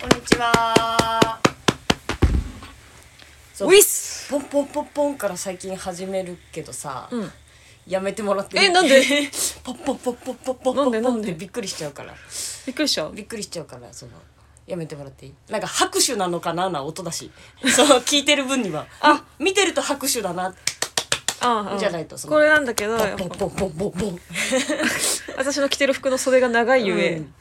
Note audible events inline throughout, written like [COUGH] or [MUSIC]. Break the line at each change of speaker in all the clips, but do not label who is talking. こんにちは。
ウィス
ポンポンポンポンから最近始めるけどさ、
うん
やめてもらって
えなんで
[LAUGHS] ポンポンポンポンポンポン
な
ポ
ん
ン
で
ポ
な
ンっ
んで
てびっくりしちゃうから
[LAUGHS] びっくりした
びっくりしちゃうからそのやめてもらっていいなんか拍手なのかなな音だし [LAUGHS] その聞いてる分にはあ見てると拍手だな
ああ
じゃないとその
これなんだけど
ポ
や
ン
っ
ポン
ぱ
ポンポンポンポン
私の着てる服の袖が長いゆえ、
うん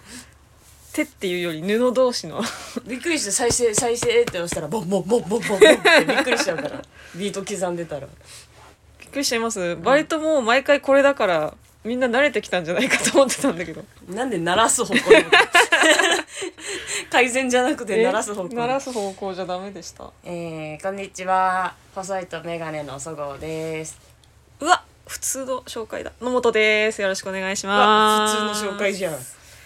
手っていうより布同士 [LAUGHS] の
びっくりして再生再生って押したらボンボンボンボンボンボンってびっくりしちゃうからビート刻んでたら
びっくりしちゃいますバイトも毎回これだからみんな慣れてきたんじゃないかと思ってたんだけど
なんで鳴らす方向に [LAUGHS] 改善じゃなくて鳴らす方向
え鳴らす方向じゃダメでした
えー、こんにちは細いとメガネのそごうです
うわ普通の紹介だ野本ですよろしくお願いし
う
ま
わ
す
普通の紹介じゃん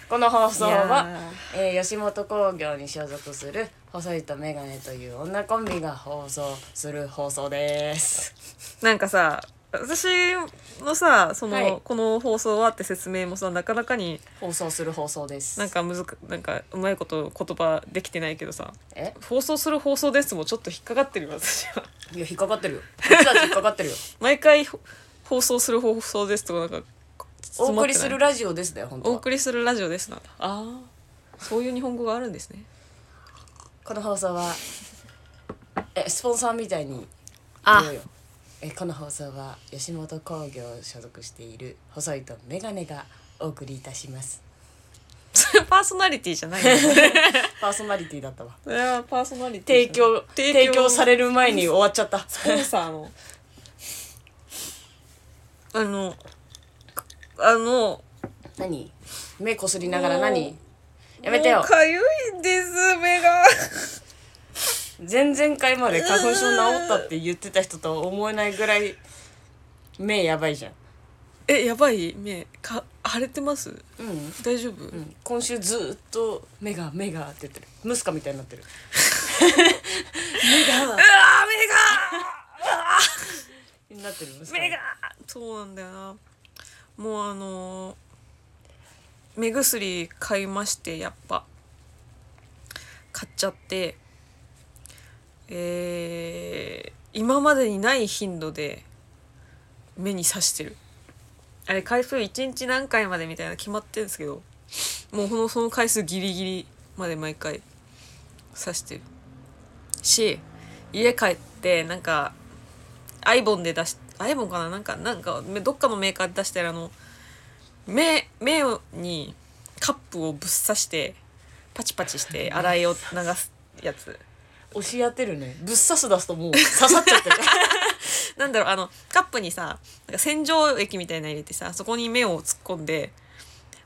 この放送はい
や、
えー、吉本興業に所属する細いとメガネという女コンビが放送する放送です
なんかさ私のさその、
はい
この放送はって説明もさなかなかに
放送する放送です
なんかむずくなんかうまいこと言葉できてないけどさ
え
放送する放送ですもちょっと引っかかってるよ私は [LAUGHS]
いや引っかかってるよこっちだって引っかかってるよ
毎回ほ放送する放送ですとかなんか
お
詰ま
送り
ってない
するラジオですね本当
お
は
送りするラジオですなんだああそういう日本語があるんですね
この放送はえスポンサーみたいに
あ
言おうよえこの放送は吉本興業所属している細いとメガネがお送りいたします
それ [LAUGHS] パーソナリティじゃないよ [LAUGHS] そ
パーソナリティだったわ
れはパーソナリティ
提
じゃない
供提供される前に終わっちゃった
[LAUGHS] スポンサーのあのあの
[LAUGHS] 何目こすりながら
も
何やめてよ
もうかゆいです目が
前々回まで花粉症治ったって言ってた人とは思えないぐらい目やばいじゃん
えやばい目か腫れてます
うん
大丈夫、
うん今週ずーっと目が目がって言ってるムスカみたいになってる目が
うわ
になってるムス
ー
カ
目が目がそうなんだよなもうあのー目薬買いましてやっぱ買っちゃってえー、今までにない頻度で目に刺してるあれ回数1日何回までみたいな決まってるんですけどもうこのその回数ギリギリまで毎回刺してるし家帰ってなんかアイボンで出しアイボンかななんかなんかめどっかのメーカーで出してるあの目目にカップをぶっ刺してパチパ
[LAUGHS]
チして洗いを流すやつ
押し当てるねぶっ刺す出すともう刺さっちゃってる
なんだろうあのカップにさなんか洗浄液みたいなの入れてさそこに目を突っ込んで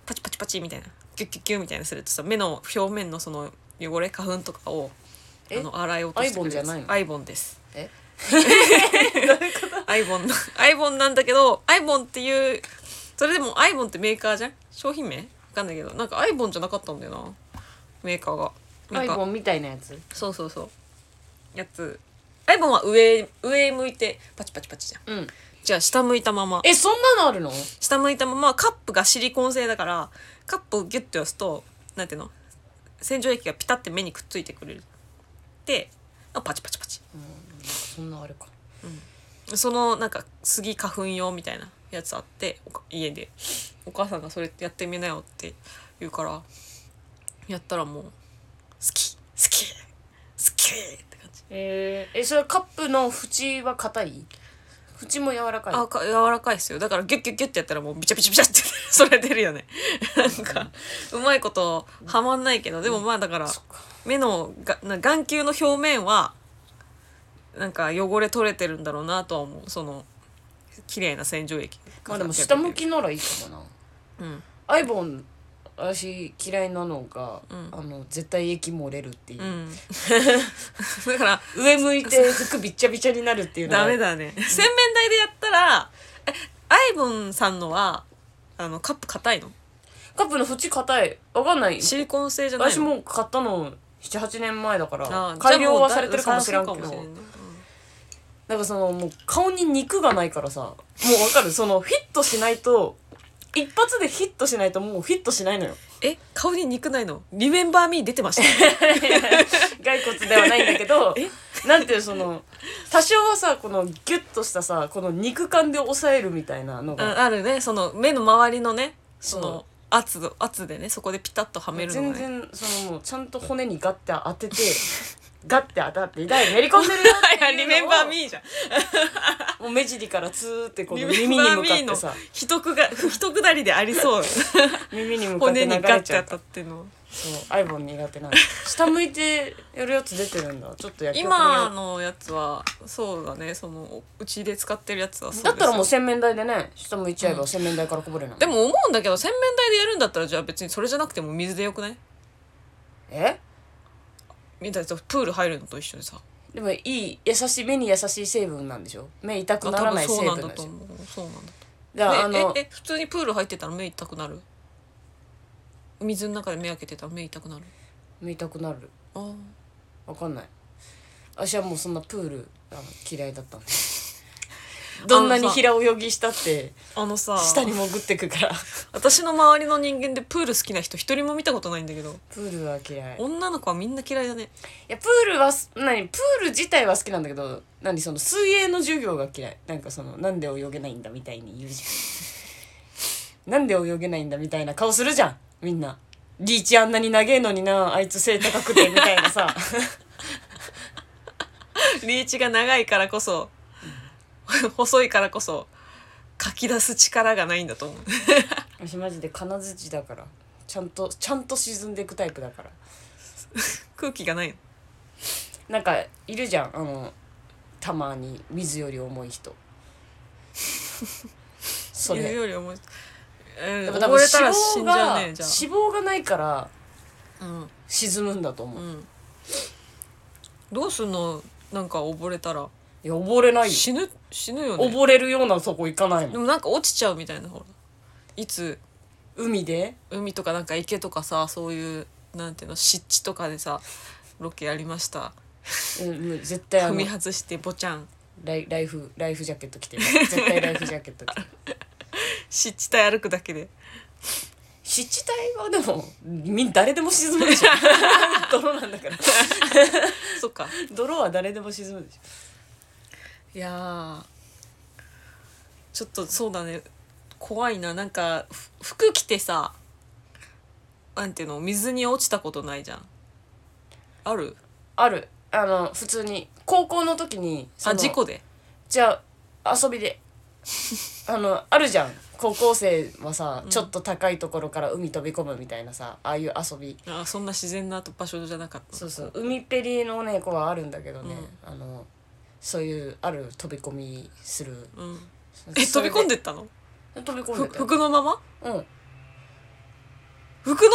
パチパチパチみたいなキュッキュッキュッみたいなのするとさ目の表面のその汚れ花粉とかをあ
え
の洗い落としてくれるやつ
アイボンじゃないの
アイボンです
[LAUGHS] え
アイボンのアイボンなんだけどアイボンっていうそれでもアイボンってメーカーじゃん商品名わかんないけどなんかアイボンじゃなかったんだよなメーカーが
ア
なん
イ
か
ボンみたいなやつ
そうそうそうやつアイボンは上上向いてパチパチパチじゃん
うん
じゃあ下向いたまま
えそんなのあるの
下向いたままカップがシリコン製だからカップをギュッて押すとなんていうの洗浄液がピタッて目にくっついてくれるであパチパチパチ
そんなあれか
そのなんか杉花粉用みたいなやつあっておか家でお母さんがそれやってみなよって言うからやったらもう好き好き好きって感じ
えー、えそれカップの縁は硬い縁も柔らかい
あか柔らかいですよだからギュッギュッギュッてやったらもうビチャビチャビチャって [LAUGHS] それ出るよね [LAUGHS] なんかうまいことはまんないけどでもまあだから
そっか
目のがな眼球の表面はなんか汚れ取れてるんだろうなとは思うその綺麗な洗浄液
まあでも下向きならいいかもな
うん
アイボン私嫌いなのが、
うん
あの絶対液漏れるっていう、
うん、 [LAUGHS] だから
上向いて服びっちゃびちゃになるっていうの
[LAUGHS] ダ
は
メだね洗面台でやったらえアイボンさんのはあのカップ硬いの
カップの縁硬いわかんない
シリコン製じゃないの
私もう買ったの78年前だか
あ
ら
ー
改良は
じゃ
さ
あも
れ
う
て
だ
るかもしれんけ
そうかもし
ど
れんね
なんかそのもう顔に肉がないからさもうわかるそのフィットしないと一発でヒットしないともうフィットしないのよ
え顔に肉ないのリメンバーミー出てました
骸骨ではないんだけ
[LAUGHS]
どなんていうその多少はさこのギュッとしたさこの肉感で抑えるみたいなの
うん
が
[LAUGHS] あるねその目の周りのね
そ
そうの圧の圧でねそこでピタッとはめるの
全
がね
然そのもうちゃんと骨にガッて当て [LAUGHS] てガッて当たって痛いめり込んでる
[LAUGHS]
よっていうのを
リメンバーミー [LAUGHS] じゃん
もう目尻からツーってこの耳
リメン
に向
バ
か
ーミー
って
の [LAUGHS]
さ
一くが一くだりでありそう
耳に向かって
[LAUGHS] 骨
流
にガ
れ
ッ
ちゃ
て
う
当たってんの
そうアイボン苦手なんで下向いてやるやつ出てるんだちょっとやってみよう
今のやつはそうだねそのうちで使ってるやつはそうです
だ
よ
ったらもう洗面台でね下向いちゃえば洗面台からこぼれない、
でも思うんだけど洗面台でやるんだったらじゃあ別にそれじゃなくても水でよくない
え
みたいなプール入るのと一緒でさ
でもいい優しい目に優しい成分なんでしょ目痛く
あ
な
多
ら
分
ない
そ
成
う
分なん
なんだ
で
と
しょ
思うそうなんだ
だからあ
ね
の
ええ普通にプール入ってたら目痛くなる水の中で目開けてたら目痛くなる
目痛くなる
あー
わかんない私はもうそんなプールあの嫌いだったんで
の
どんなに平泳ぎしたって
あのさ
下に潜ってくから
私の周りの人間でプール好きな人一人も見たことないんだけど
プールは嫌いい
女の子はみんな嫌いだね
やプールはす何プール自体は好きなんだけど何その水泳の授業が嫌いなんかそのなんで泳げないんだみたいに言うじゃ
[LAUGHS]
んなんで泳げないんだみたいな顔するじゃんみんなリーチあんなに長えのになあいつ背高くてみたいな
[LAUGHS]
さ
リーチが長いからこそ細いからこそかき出す力がないんだと思う
私マジで金槌だからちゃんとちゃんと沈んでいくタイプだから
空気がないの
なんかいるじゃんあのたまに水より重い
[LAUGHS]
人そ
言う
れ
より重い、え
で
ー、
も多
溺
分
れたら
脂
死
肪
んじゃ
が
う
脂
ねじゃ
肪がないから
あうん
沈むんだと思う、
う
い
んどうすんのなんか溺れたら
や溺れないよ
死ぬ死ぬよね
溺れるようなとこ行かない
で
の
もなんか落ちちゃうみたいなほらいつ
海で
海とかなんか池とかさそういうなんていうの湿地とかでさロケやりました
うんもう絶対あ
踏
の
み外してボチャン
ライライフライフジャケット着てる絶対ライフジャケット着て
[LAUGHS]
る
湿地帯歩くだけで
湿地帯はでもみ誰でも沈むで
[LAUGHS]
しょ泥なんだから
そっか
泥は誰でも沈むでしょ
いやーちょっとそうだね怖いななんかふ服着てさなんていうの水に落ちたことないじゃんある
あるあの普通に高校の時にそ
あ
の
事故で
じゃあ遊びであのあるじゃん高校生はさ、ちょっと高いところから海飛び込むみたいなさああいう遊び
あそんな自然な場所じゃなかった
そうそう海っぺりのね子はあるんだけどね、あのそういうある飛び込みする
うん、え
そ
飛
れ
び込んでったの
飛び込ん
ふ
でたよ
服のまま
うん
服の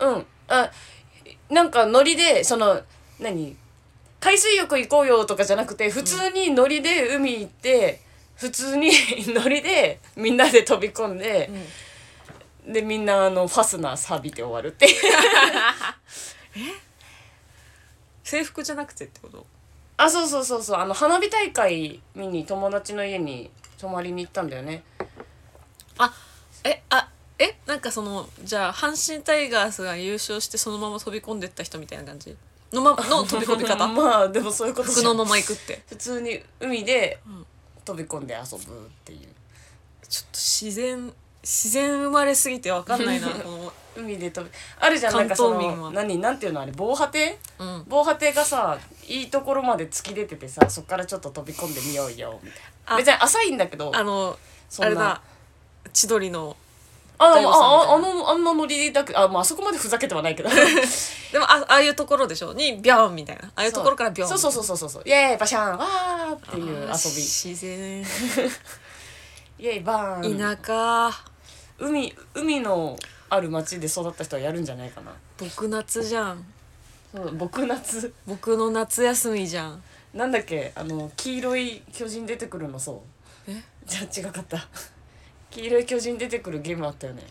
まま
うんあなんかノリでその何海水浴行こうよとかじゃなくて普通にノリで海行って、普通にノリでみんなで飛び込んで、でみんなあのファスナー錆びて終わるって
[LAUGHS]
いう
制服じゃなくてってこと
あそうそうそうそうあの花火大会見に友達の家に泊まりに行ったんだよね
あえあえなんかそのじゃあ阪神タイガースが優勝してそのまま飛び込んでった人みたいな感じの [LAUGHS] ままの飛び込み
[LAUGHS]
方 [LAUGHS]
まあでもそういうこと
服
じゃ
の
ん
まま行くって
普通に海で飛び込んで遊ぶっていう
ちょっと自然自然生まれすぎてわか
[LAUGHS]
んないなこ
海で飛びあるじゃんなんかそ
関東民
の
は
何なんていうのあれ防波堤
のうん
防波堤がさいいところまで突き出ててさそっからちょっと飛び込んでみようよみたいな
あ
別に浅いんだけど
あの
そ
あ
ん
れ
な
だ千鳥の
ああ
大悟さんみ
ああ
たい
のあんなノリだけあ,、まああそこまでふざけてはない
[LAUGHS]
けどあ
でもあああいうところでしょにビョーンみたいなああ
あ
いうところからビョーン
そうそうそうそうそうそうイエーイバシャンわーっていう
あー
遊
自然
びイエーイバーン
田舎
海海のある町で育った人はやるんじゃないかな
僕夏じゃん
そう僕夏
僕の夏休みじゃん
なんだっけあの黄色い巨人出てくるのそう
え
じゃあ違かった黄色い巨人出てくるゲームあったよね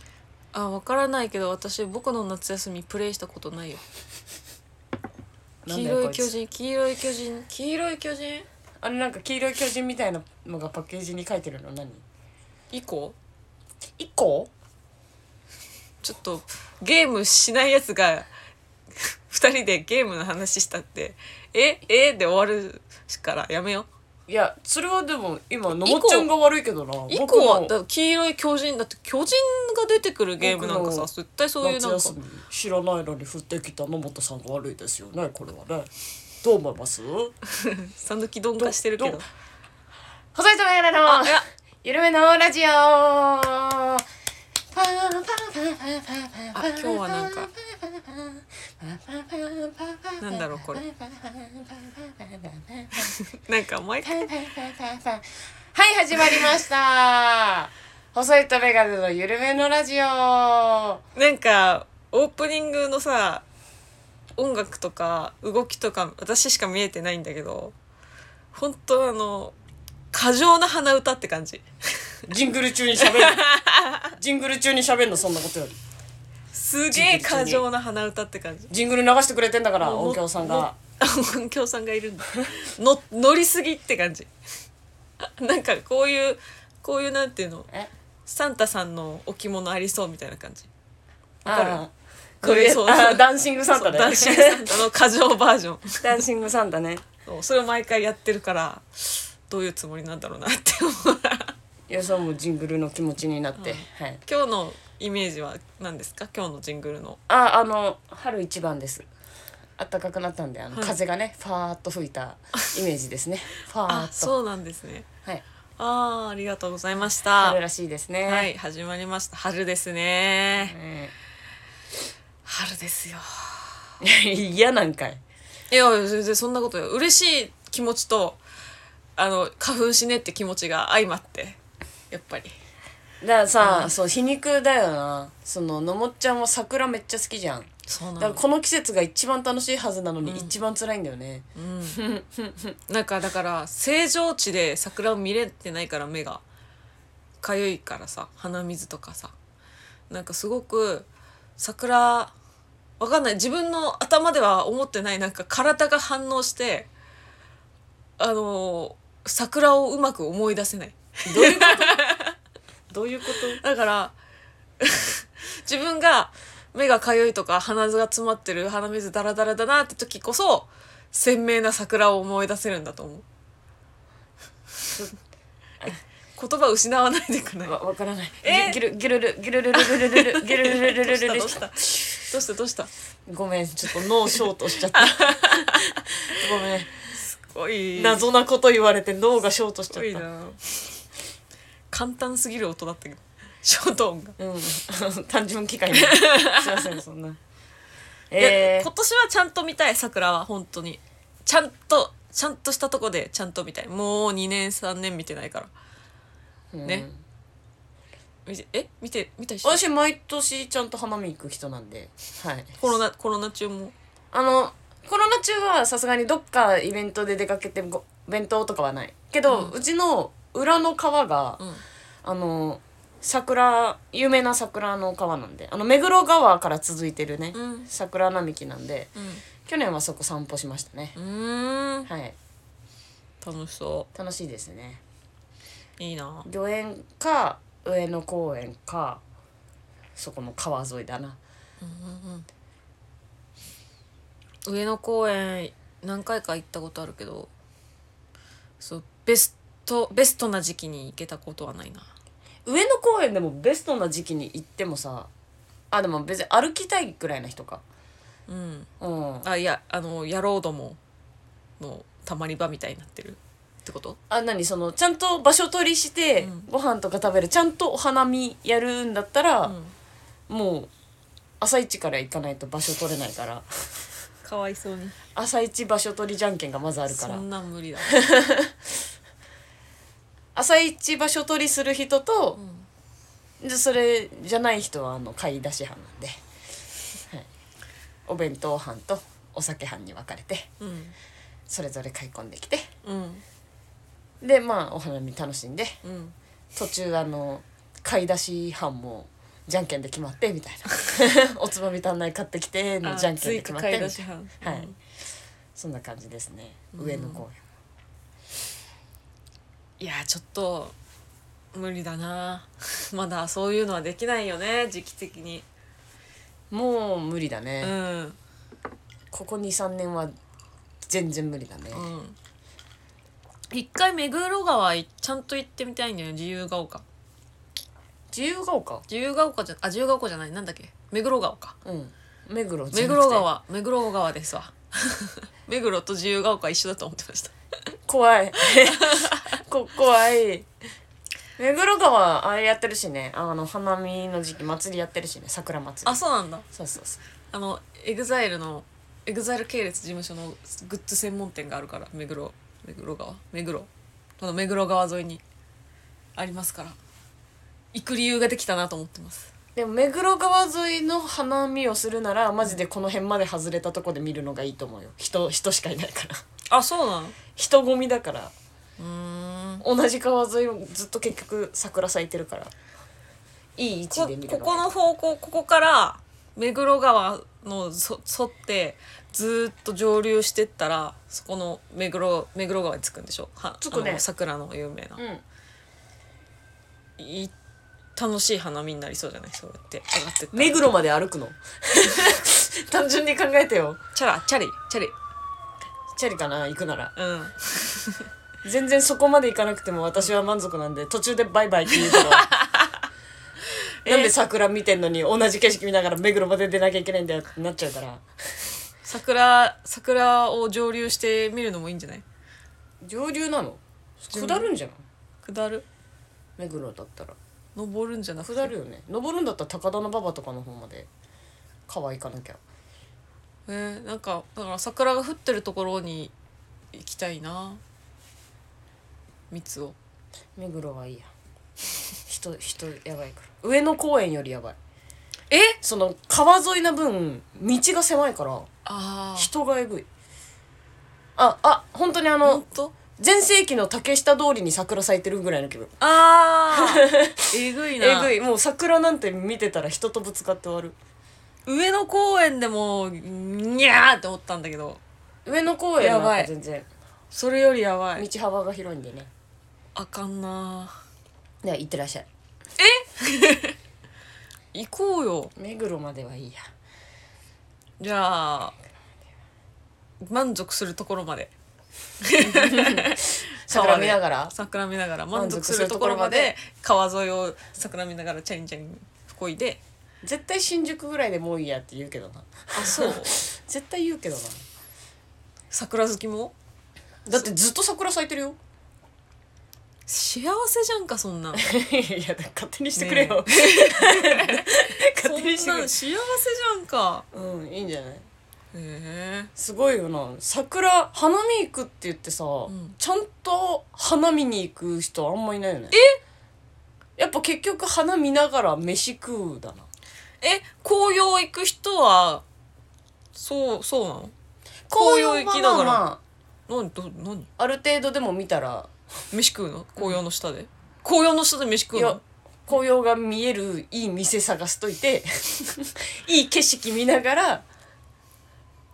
あ分からないけど私僕の夏休みプレイしたことないよ
なん
黄
だよ
色
こ
い
つ
巨人黄色い巨人黄色い巨人
あれなんか黄色い巨人みたいなのがパッケージに書いてるの何
以降
一個
ちょっとゲームしないやつが [LAUGHS] 2人でゲームの話したってええで終わるからやめよ
いやそれはでも今のもっちゃんが悪いけどな
う以降は
僕の
だ黄色い巨人だって巨人が出てくるゲームなんか
僕
さ
の
絶対そういうなんか
夏休み知らないのに降ってきた野本さんが悪いですよねこれはねどう思います
サンドキ鈍化してるけど
ど細いとメガネの
あいや
ゆるめのラジオあ
あ今日はなんかなんだろうこれなんか毎回
はい始まりました細いとメガネのゆるめのラジオ
なんかオープニングのさ音楽とか動きとか私しか見えてないんだけど本当あの過剰な鼻歌って感じ
ジングル中に喋るジングル中に喋るのそんなことより
すげえ過剰な鼻歌って感じ
ジングル流してくれてんだから音響さんが
の [LAUGHS] 音響さんがいるんだの乗りすぎって感じなんかこういうこういうなんていうの
え
サンタさんの置物ありそうみたいな感じわかる
あーこういう
そう
あーダンシングサンタね
そうダンシングサンタの過剰バージョン
ダンシングサンタね
そうそれを毎回やってるからどういうつもりなんだろうなって思う
いやそうもうジングルの気持ちになって、はい
今日のイメージは何ですか今日のジングルの
ああの春一番です暖かくなったんであの、
はい
風がねファーっと吹いたイメージですねファー
あ
っと
そうなんですね
はい
あーありがとうございまし
春
た
らしいですね
はい始まりました春ですね
え
春ですよ
ー嫌なんかい
いやいや全然そんなことよ嬉しい気持ちとあの花粉しねって気持ちが相まってやっぱり
だからさ、そう皮肉だよなそののもっちゃんは桜めっちゃ好きじゃん
そう
だ
な
から
の
この季節が一番楽しいはずなのに一番辛いんだよね、
なんかだから正常値で桜を見れてないから目がかゆいからさ鼻水とかさなんかすごく桜わかんない自分の頭では思ってないなんか体が反応してあのー桜をうまく思い出せない
どういうことどういうこ
だから [LAUGHS] 自分が目がかゆいとか鼻が詰まってる鼻水ダラダラだなって時こそ鮮明な桜を思い出せるんだと思う [LAUGHS] 言葉失わないで [LAUGHS] くない
とわわからない
え
ギュルギュルルギュルルルルルルルギュルルルルルルルル
どうしたどうしたどうしたす
ごめんちょっと脳ショートしちゃ
[LAUGHS]
ったごめん
ごいす
謎なこと言われて脳がショートしちゃ
ごい
った
な簡単すぎる音だったけどショート音が、
うん [LAUGHS] 単純機
[LAUGHS]
械ねすいませんそんなえ
で今年はちゃんと見たい桜は本当にちゃんとちゃんとしたとこでちゃんと見たいもう2年3年見てないから
ー、うん
ね見てえ見て見たりし
私毎年ちゃんと花見行く人なんではい
コロナコロナ中も
あのコロナ中はさすがにどっかイベントで出かけてご弁当とかはないけど、うちの裏の川が、
うん
あの桜有名な桜の川なんであの目黒川から続いてるね、
うん
桜並木なんで
うん
去年はそこ散歩しましたね、
うーん
はい
楽しそ
楽しいですね
ういいな
御苑か上野公園かそこの川沿いだな
上野公園何回か行ったことあるけどそうベストベストな時期に行けたことはないな
上野公園でもベストな時期に行ってもさあでも別に歩きたいぐらいな人か
うん
うん
あいやあの野郎どものたまり場みたいになってるってこと
あ何そのちゃんと場所取りして、
うん
ご飯とか食べるちゃんとお花見やるんだったら、もう朝一から行かないと場所取れないから
かわいそうに
朝一場所取りじゃんけんがまずあるか
そ
ら
んなん無理だ、
朝一場所取りする人と
う、ん
でそれじゃない人はあの買い出し班なんで、 [LAUGHS] はい、お弁当班とお酒班に分かれて
うん
それぞれ買い込んできて
うん
でまあお花見楽しんで
うん
途中あの買い出し班もじゃんけんで決まってみたい
[LAUGHS]
なおつまみ足んない買ってきての
あ
じゃんけんで
追
決
加
まって
買
みた
い出
い
し
な
班
はい
うん
そんな感じですね
うん
上の公園
いやちょっと [LAUGHS] 無理だなまだそういうのはできないよね時期的に
もう無理だね、
うん
ここ23年は全然無理だね、
うん一回目黒川いちゃんと行ってみたいんだよね自由が丘
自由が丘
自由が丘じゃあ自由が丘じゃないなんだっけ目黒川か
うん目黒じゃ
目
なくて
黒川目黒川ですわ [LAUGHS] 目黒と自由が丘は一緒だと思ってました
怖 [LAUGHS] いこ怖い目黒川あれやってるしねあの花見の時期祭りやってるしね桜祭り
あそうなんだ
そうそうそ
あのエグザイルのエグザイル系列事務所のグッズ専門店があるから目黒目黒川目黒この目黒川沿いにありますから行く理由ができたなと思ってます
うでも目黒川沿いの花見をするならマジでこの辺まで外れたとこで見るのがいいと思うよ人人しかいないから [LAUGHS]
あそうなの
人混みだから
うーん
同じ川沿いをずっと結局桜咲いてるからいい位置で見る
こ
のが
この方向ここから目黒川のそ沿ってずーっと上流してったらそこの目黒目黒川に着くんでしょは
着くね
あの桜の有名な、
うん
い楽しい花見になりそうじゃないそうやって上がってったら
目黒まで歩 [LAUGHS] くの単純に考えてよ
チャラチャリチャリ
チャリかな行くなら
うん
全然そこまで行かなくても私は満足なんで途中でバイバイって言う [LAUGHS] けどなんで桜見てんのに同じ景色見ながら目黒まで出なきゃいけないんだよってなっちゃうから
桜桜を上流して見るのもいいんじゃない
上流なの
上流
下るんじゃない
下る
目黒だったら
登るんじゃなくて
下るよね登るんだったら高田の馬場とかの方まで川行かなきゃ
えーなんかだから桜が降ってるところに行きたいな蜜を
目黒はいいや人人やばいから上野公園よりやばい
え
その川沿いな分道が狭いから
ああ
人がえぐいああ本当にあの、
本当
全盛期の竹下通りに桜咲いてるぐらいの気分
あ [LAUGHS] ーえぐいな
えぐいもう桜なんて見てたら人とぶつかって終わる
上野公園でもにゃーって思ったんだけど
上野公園
やば
はい全然
それよりやばい
道幅が広いんでね
あかんな
では行ってらっしゃい
行こうよ
目黒まではいいや
じゃあ満足するところまで
桜見ながら
桜見ながら満足するところまで川沿いを桜見ながらチャリンチャリンこいで
絶対新宿ぐらいでもういいやって言うけどな
あそう
絶対言うけどな
[LAUGHS] 桜好きも
だってずっと桜咲いてるよ
幸せじゃんかそんな
[LAUGHS]
ん
いやだ勝手にしてくれよ、
そん
[LAUGHS] 勝手
なん
にしてくれ
幸せじゃんか
うんいいんじゃない
へえ
すごいよな桜花見行くって言ってさ、
ん
ちゃんと花見に行く人あんまいないよねえやっぱ結局花見ながら飯食うだな
え紅葉行く人はそうそうなの紅葉行きながら
紅葉はまあま
何ど何
あある程度でも見たら
飯食うの紅葉の下で、紅葉の下で飯食
いうや
の
紅葉が見えるいい店探しとい
[LAUGHS]
ていい景色見ながら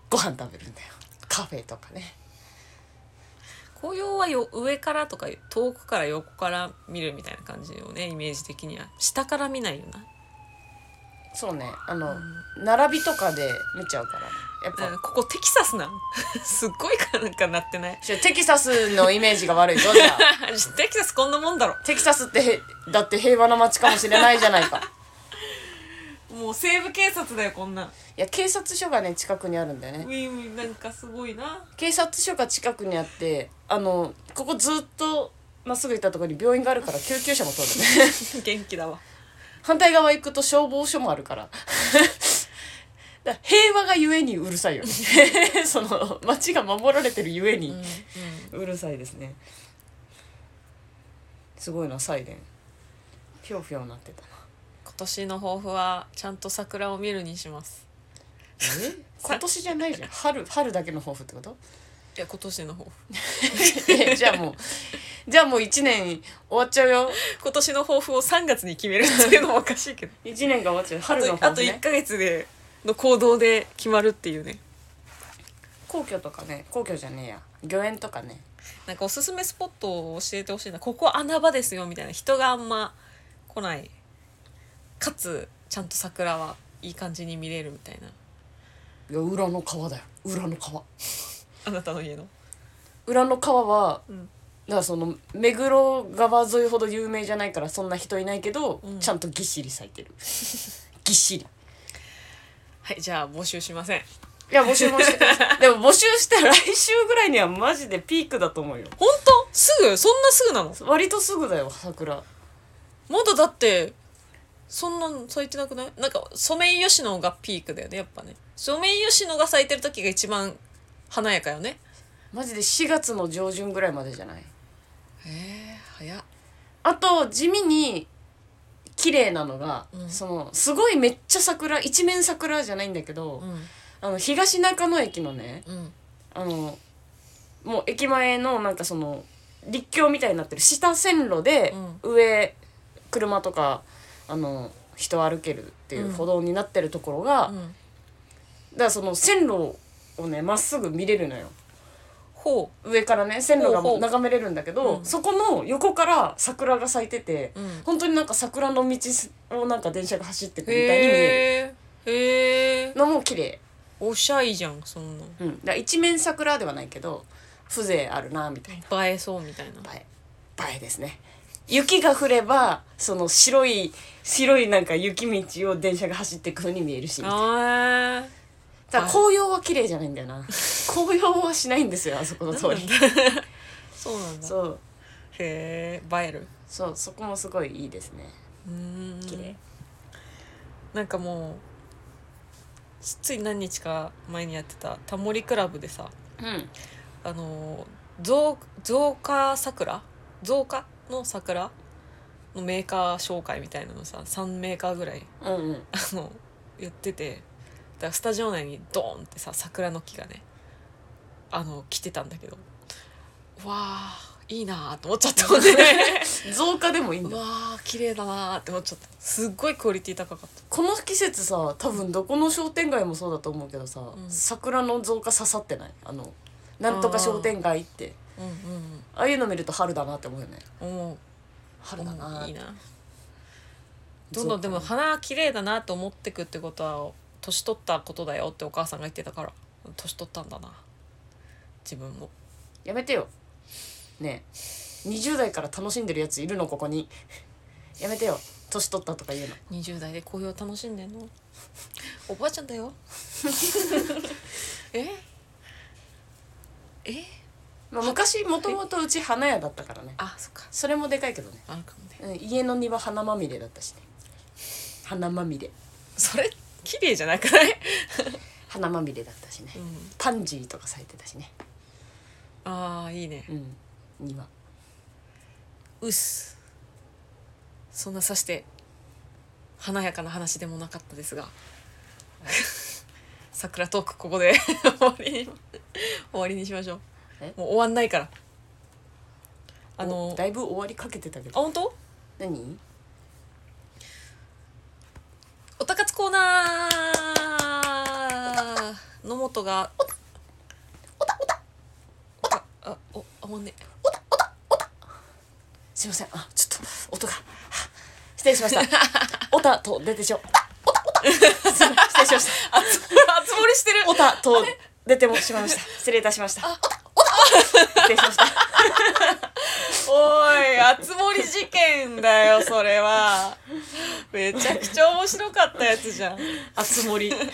ご飯食べるんだよカフェとかね
紅葉はよ上からとか遠くから横から見るみたいな感じよねイメージ的には下から見ないよな
そうねあの、並びとかで見ちゃうからやっぱ、
うんここテキサスなん [LAUGHS] すっごいかなんかなってない [LAUGHS]
ちょテキサスのイメージが悪いぞじゃあ
テキサスこんなもんだろ
テキサスってへだって平和な街かもしれないじゃないか
もう西部警察だよこんなん
いや警察署がね近くにあるんだよね
ウィンウィンなんかすごいな
警察署が近くにあってあのここずっとまっすぐ行ったところに病院があるから救急車も通るね
[LAUGHS] 元気だわ
反対側行くと消防署もあるから [LAUGHS] だから平和がゆえにうるさいよね [LAUGHS] その街が守られてるゆえに
うん、
うるさいですねすごいなサイレンピョウピョウなってたな
今年の抱負はちゃんと桜を見るにします
え今年じゃないじゃん春春だけの抱負ってこと
いや今年の抱負 [LAUGHS]
え [LAUGHS] じゃあもうじゃあもう1年終わっちゃうよ
今年の抱負を3月に決めるっていうのもおかしいけど
1年が終わっちゃう
[LAUGHS] あ
春の
とあ
方
と
ね
1ヶ月での行動で決まるっていうね
皇居とかね皇居じゃねえや御苑とかね
なんかおすすめスポットを教えてほしいなここ穴場ですよみたいな人があんま来ないかつちゃんと桜はいい感じに見れるみたいない
や裏の川だよ裏の川
あなたの家の
裏の川は、
うん
だからその目黒川沿いほど有名じゃないからそんな人いないけど、
うん
ちゃんとぎっしり咲いてる [LAUGHS] ぎっしり
はいじゃあ募集しません
いや募集もしてくださいでも募集したら来週ぐらいにはマジでピークだと思うよ
本当すぐそんなすぐなの
割とすぐだよ桜
まだだってそんなの咲いてなくないなんかソメイヨシノがピークだよねやっぱねソメイヨシノが咲いてる時が一番華やかよね
マジで4月の上旬ぐらいまでじゃない
へえ早っ
あと地味に綺麗なのが、
うん
そのすごいめっちゃ桜一面桜じゃないんだけど、
うん
あの東中野駅のね
うん
あのもう駅前のなんかその立橋みたいになってる下線路で上、車とかあの人歩けるっていう歩道になってるところが、だからその線路をねまっすぐ見れるのよ
ほ
上からね線路が
ほうほう
眺めれるんだけど、
うん
そこの横から桜が咲いてて、
う、うん、
本当になんか桜の道をなんか電車が走ってくみたいに見え
へえへえ
るのも綺麗
おしゃいじゃんそんな
うんだから一面桜ではないけど風情あるなみたいな
映えそうみたいな
映え映えですね雪が降ればその白い白いなんか雪道を電車が走っていく風に見えるしみたいな
あー
ただ紅葉は綺麗じゃないんだよ
[LAUGHS]
な紅葉はしないんですよあそこの通り
そうなんだ
そう
へえ映える
そうそこもすごいいいですね
うーん
綺麗
なんかもうつつい何日か前にやってたタモリクラブでさ
うん
あの造造花桜造花の桜のメーカー紹介みたいなのさ3メーカーぐらい
うんうん
あのやっててだからスタジオ内にドーンってさ桜の木がねあの来てたんだけどうわあいいなあと思っちゃったもんね [LAUGHS]
増加でもいいん
う
だ
わあ綺麗だなあって思っちゃったすっごいクオリティ高かった
この季節さ多分どこの商店街もそうだと思うけどさ、
うん
桜の増加刺さってないあのなんとか商店街って
うんうん
ああいうの見ると春だなって思うよね
うん思う
春だな
う
っ
んいい
て
などんどんでも
増加
花綺麗だなと思ってくってことは年取ったことだよってお母さんが言ってたから年取ったんだな自分も
やめてよねえ20代から楽しんでるやついるのここに [LAUGHS] やめてよ年取ったとか言うの
20代で紅葉楽しんでん [LAUGHS] のおばあちゃんだ [LAUGHS] よええ
まあ、昔もともとうち花屋だったからね
あそっか
それもでかいけどね、
あるかもね
うん、家の庭花まみれだったしね花まみれ
それ綺麗じゃなくない、
花まみれだったしね
うん、
パンジーとか咲いてたしね
ああいいね
うん庭
うっすそんなさして華やかな話でもなかったです [LAUGHS] が桜トークここで [LAUGHS] 終わりに終わりにしましょう
え
もう終わんないからあ
お
のあ
だいぶ終わりかけてたけど
本当
何
おたかつコーナー野本がおたおたおたおたあおあ [LAUGHS] まんね
すいませんあちょっと音がは失礼しました [LAUGHS] オタと出てしょオタオタオタ [LAUGHS] 失礼しまし
あつあつ森してる
たオタと出てもしまいました失礼いたしましたオタオ [LAUGHS] タ失礼しました
おい、あつ森事件だよ、それは。めちゃくちゃ面白かったやつじゃん。
あつ森ニュ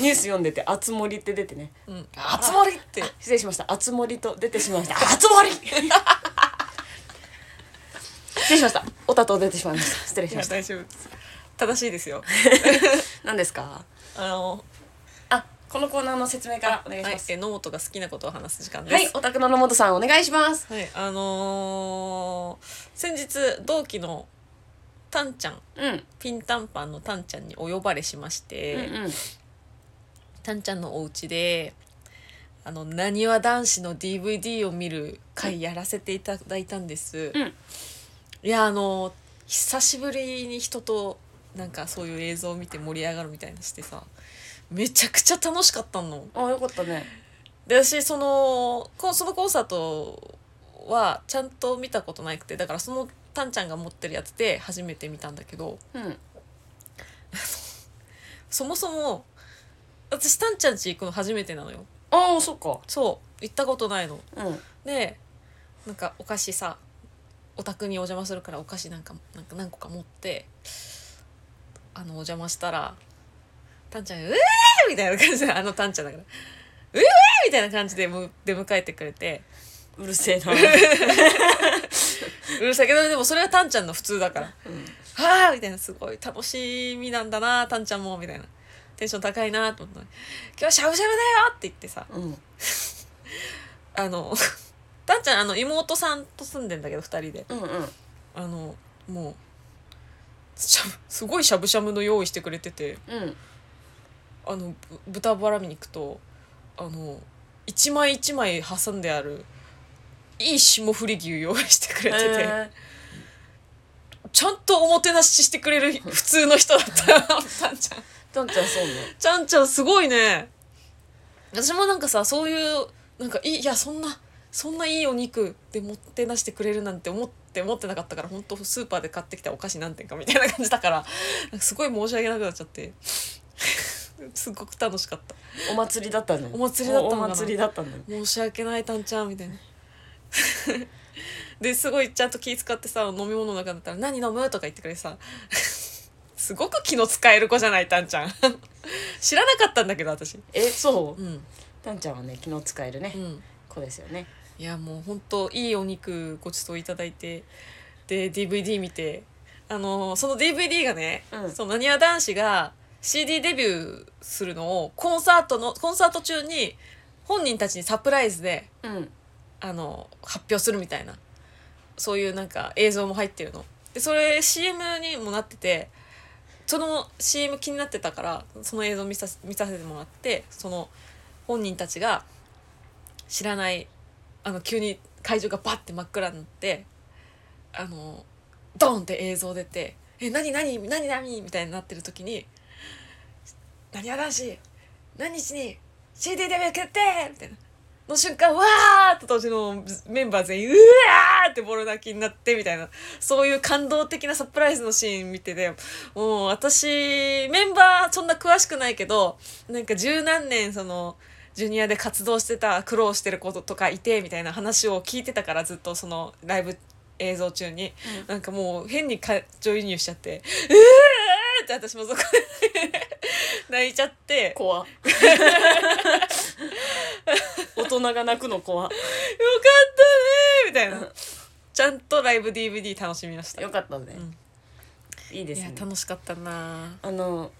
ース読んでてあつ森って出てね
うん、あつ森って。
失礼しましたあつ森と出てしまいましたあつ森 [LAUGHS] 失礼しましたオタと出てしまいました失礼
い
しま
や、
した
大丈夫です。正しいですよ。
何ですか
あの、
あこのコーナーの説明からお願いし
は
ま
い、
す
え、野本が好きなことを話す時間で
はい
す。
オタクの野本さんお願いします
はい、あのー先日同期のタンちゃん、
うん
ピンタンパンのタンちゃんにお呼ばれしまして、
うんうん
タンちゃんのお家で。あのなにわ男子の DVD を見る回やらせていただいたんです、
うん
いやあの久しぶりに人となんかそういう映像を見て盛り上がるみたいなしてさめちゃくちゃ楽しかったの。
あよかったね
で私そのこそのコンサートはちゃんと見たことなくてだからそのタンちゃんが持ってるやつで初めて見たんだけど
うん
そもそも私たんちゃん家行くの初めてなのよ
ああそっか
そう行ったことないの
うん
でなんかお菓子さお宅にお邪魔するからお菓子なんかなんか何個か持ってあのお邪魔したらたんちゃんが「うえー!」みたいな感じであのたんちゃんだから「うえー!」みたいな感じでむ出迎えてくれて
うるせ
[LAUGHS]
えな
うるさいけどでもそれはたんちゃんの普通だから「はあ!」みたいなすごい楽しみなんだなたんちゃんもみたいなテンション高いなと思ったのに「今日しゃぶしゃぶだよ!」って言ってさ
うんうん
あの [LAUGHS] たんちゃんあの妹さんと住んでんだけど2人で。
うんうん
あのもうしゃぶすごいしゃぶしゃぶの用意してくれてて [LAUGHS]
うん
あのぶ豚バラ肉とあの一枚一枚挟んであるいい霜降り牛用意してくれてて、
え
ちゃんとおもてなししてくれる普通の人だったたんちゃん
ー、たんちゃんそうね
ちゃんちゃんすごいね私もなんかさそういうなんかいいいやそんなそんないいお肉でもってなしてくれるなんて思って思ってなかったから本当スーパーで買ってきたお菓子何点かみたいな感じだからなんかすごい申し訳なくなっちゃってすごく楽しかった
お祭りだったんだよ
お祭りだったのかな
お祭りだったんだよ
申し訳ないたんちゃんみたいなですごいちゃんと気使ってさ飲み物の中だったら「何飲む?」とか言ってくれてさすごく気の使える子じゃないたんちゃん知らなかったんだけど私
えそう
うん
たんちゃんはね昨日使えるね、
うん
子ですよね
いやもう本当いいお肉ごちそういただいてで DVD 見てあのその DVD がね、
うん
そのなにわ男子が CD デビューするのをコンサートのコンサート中に本人たちにサプライズで
うん
あの発表するみたいなそういうなんか映像も入ってるのでそれ CM にもなっててその CM 気になってたからその映像見させ見させてもらってその本人たちが知らないあの急に会場がバッて真っ暗になってあのドンって映像出て「え何何何何?」みたいになってる時に「なにわ男子何日に CD デビュー決定!」みたいなの瞬間わーって当時のメンバー全員うわーってボロ泣きになってみたいなそういう感動的なサプライズのシーン見ててもう私メンバーそんな詳しくないけどなんか十何年そのジュニアで活動してた苦労してることとかいてみたいな話を聞いてたからずっとそのライブ映像中に、なんかもう変に感情移入しちゃって「うわー!」って私もそこで [LAUGHS] 泣いちゃって
怖
[LAUGHS]
大人が泣くの怖
よかったねーみたいなちゃんとライブ DVD 楽しみました
よかったね、
うん
いいで
い
す
や
ね
楽しかったな
あの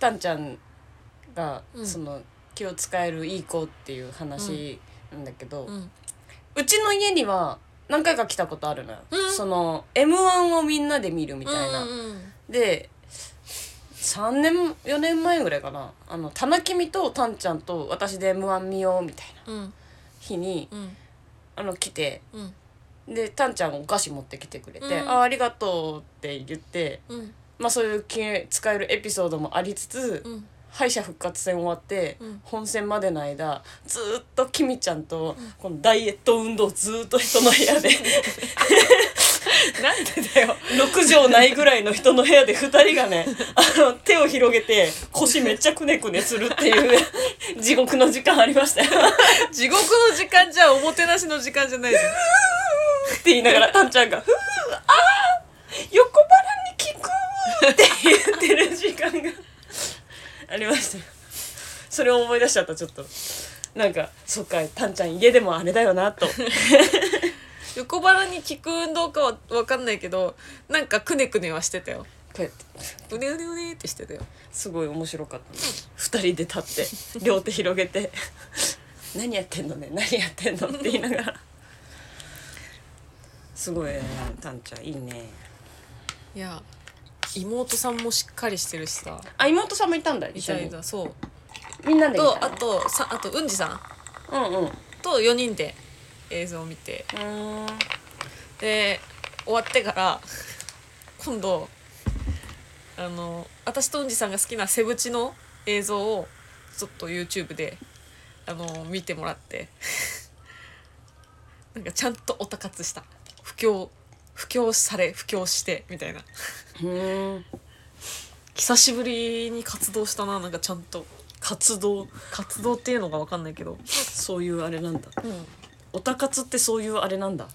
たんちゃんが、
うん
その気を使えるいい子っていう話なんだけど、
ー
う
うん
ちの家には何回か来たことあるのよ、
うん
その m 1をみんなで見るみたいな、
うんうん
で3年4年前ぐらいかなあの田中美とたんちゃんと私で m 1見ようみたいな
うん
日に
うん
あの来て
うん
でたんちゃんお菓子持ってきてくれて「
うん
あありがとう」って言って、
うん
まあ、そういう気使えるエピソードもありつつ、
うん
敗者復活戦終わって、
うん
本戦までの間ずーっときみちゃんとこのダイエット運動をずーっと人の部屋で
[LAUGHS]
[LAUGHS]
なんでだよ
6畳ないぐらいの人の部屋で2人がね [LAUGHS] あの手を広げて腰めっちゃくねくねするっていう [LAUGHS] 地獄の時間ありましたよ [LAUGHS]
地獄の時間じゃおもてなしの時間じゃないじゃん
って言いながらたんちゃんが「ふうあー横腹に効く」って言ってる時間が [LAUGHS] ありましたよそれを思い出しちゃったちょっとなんかそっかたんちゃん家でもあれだよなと。
横腹に効く運動かは分かんないけどなんかくねくねはしてたよ
こうやって
うねうねうねってしてたよ
すごい面白かった二人で立
[LAUGHS]
って両手広げて「何やってんのね何やってんの」って言いながらすごいねたんちゃんいいね
いや妹さんもしっかりしてるしさ
あ妹さんもいたんだ
み
一緒
たい
に
なそう
みんなで見
と
た
あとさあとうんじさん
うんうんう
と4人で映像を見て
ーん
で終わってから今度あの私とうんじさんが好きなセブチの映像をちょっと YouTube であの見ても [LAUGHS] らってなんかちゃんとオタ活した布教布布教され布教してみたいな
うん
久しぶりに活動したななんかちゃんと
活動
活動っていうのが分かんないけど、
そういうあれなんだ
うん、
オタ活ってそういうあれなんだ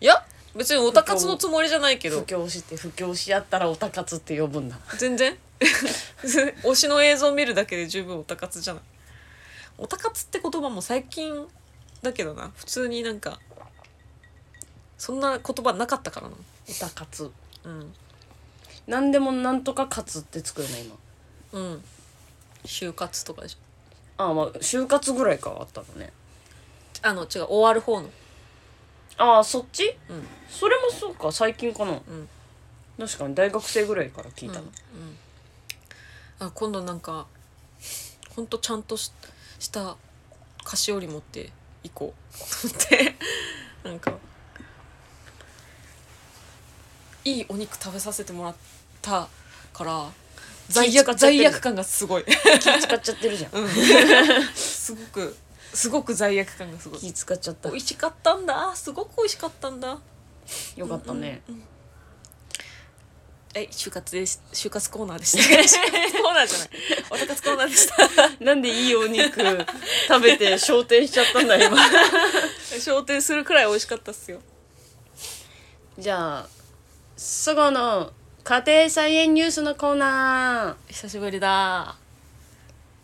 いや別にオタ活のつもりじゃないけ
布
ど
教して布教し合ったらオタ活って呼ぶんだ
全然 [LAUGHS] 推しの映像見るだけで十分オタ活じゃないオタ活って言葉も最近だけどな普通になんかそんな言葉なかったからな
オタ活
うん
何でもなんとか活ってつくよね今
うん就活とかでし
ああまあ就活ぐらいからあったのね
ょあの違う終わる方の
ああそっち、
うん
それもそうか最近かな、
ん
確かに大学生ぐらいから聞いたの、
あ今度なんかほんとちゃんとしした菓子折り持って行こうと思って [LAUGHS] なんかいいお肉食べさせてもらったから罪
気使
悪
っちゃってる
罪悪感がすごい、
気使っちゃってるじゃん
すごくすごく罪悪感がすごい
気使っちゃった
美味しかったんだすごく美味しかったんだ
よかったね、
え就活です就活コーナーでした [LAUGHS] 就活コーナーじ [LAUGHS] ゃないおたかつコーナーでした
なんでいいお肉食べて昇天しちゃったんだ今
昇天するくらい美味しかったっすよ
じゃあそごの家庭菜園ニュースのコーナ
久しぶりだ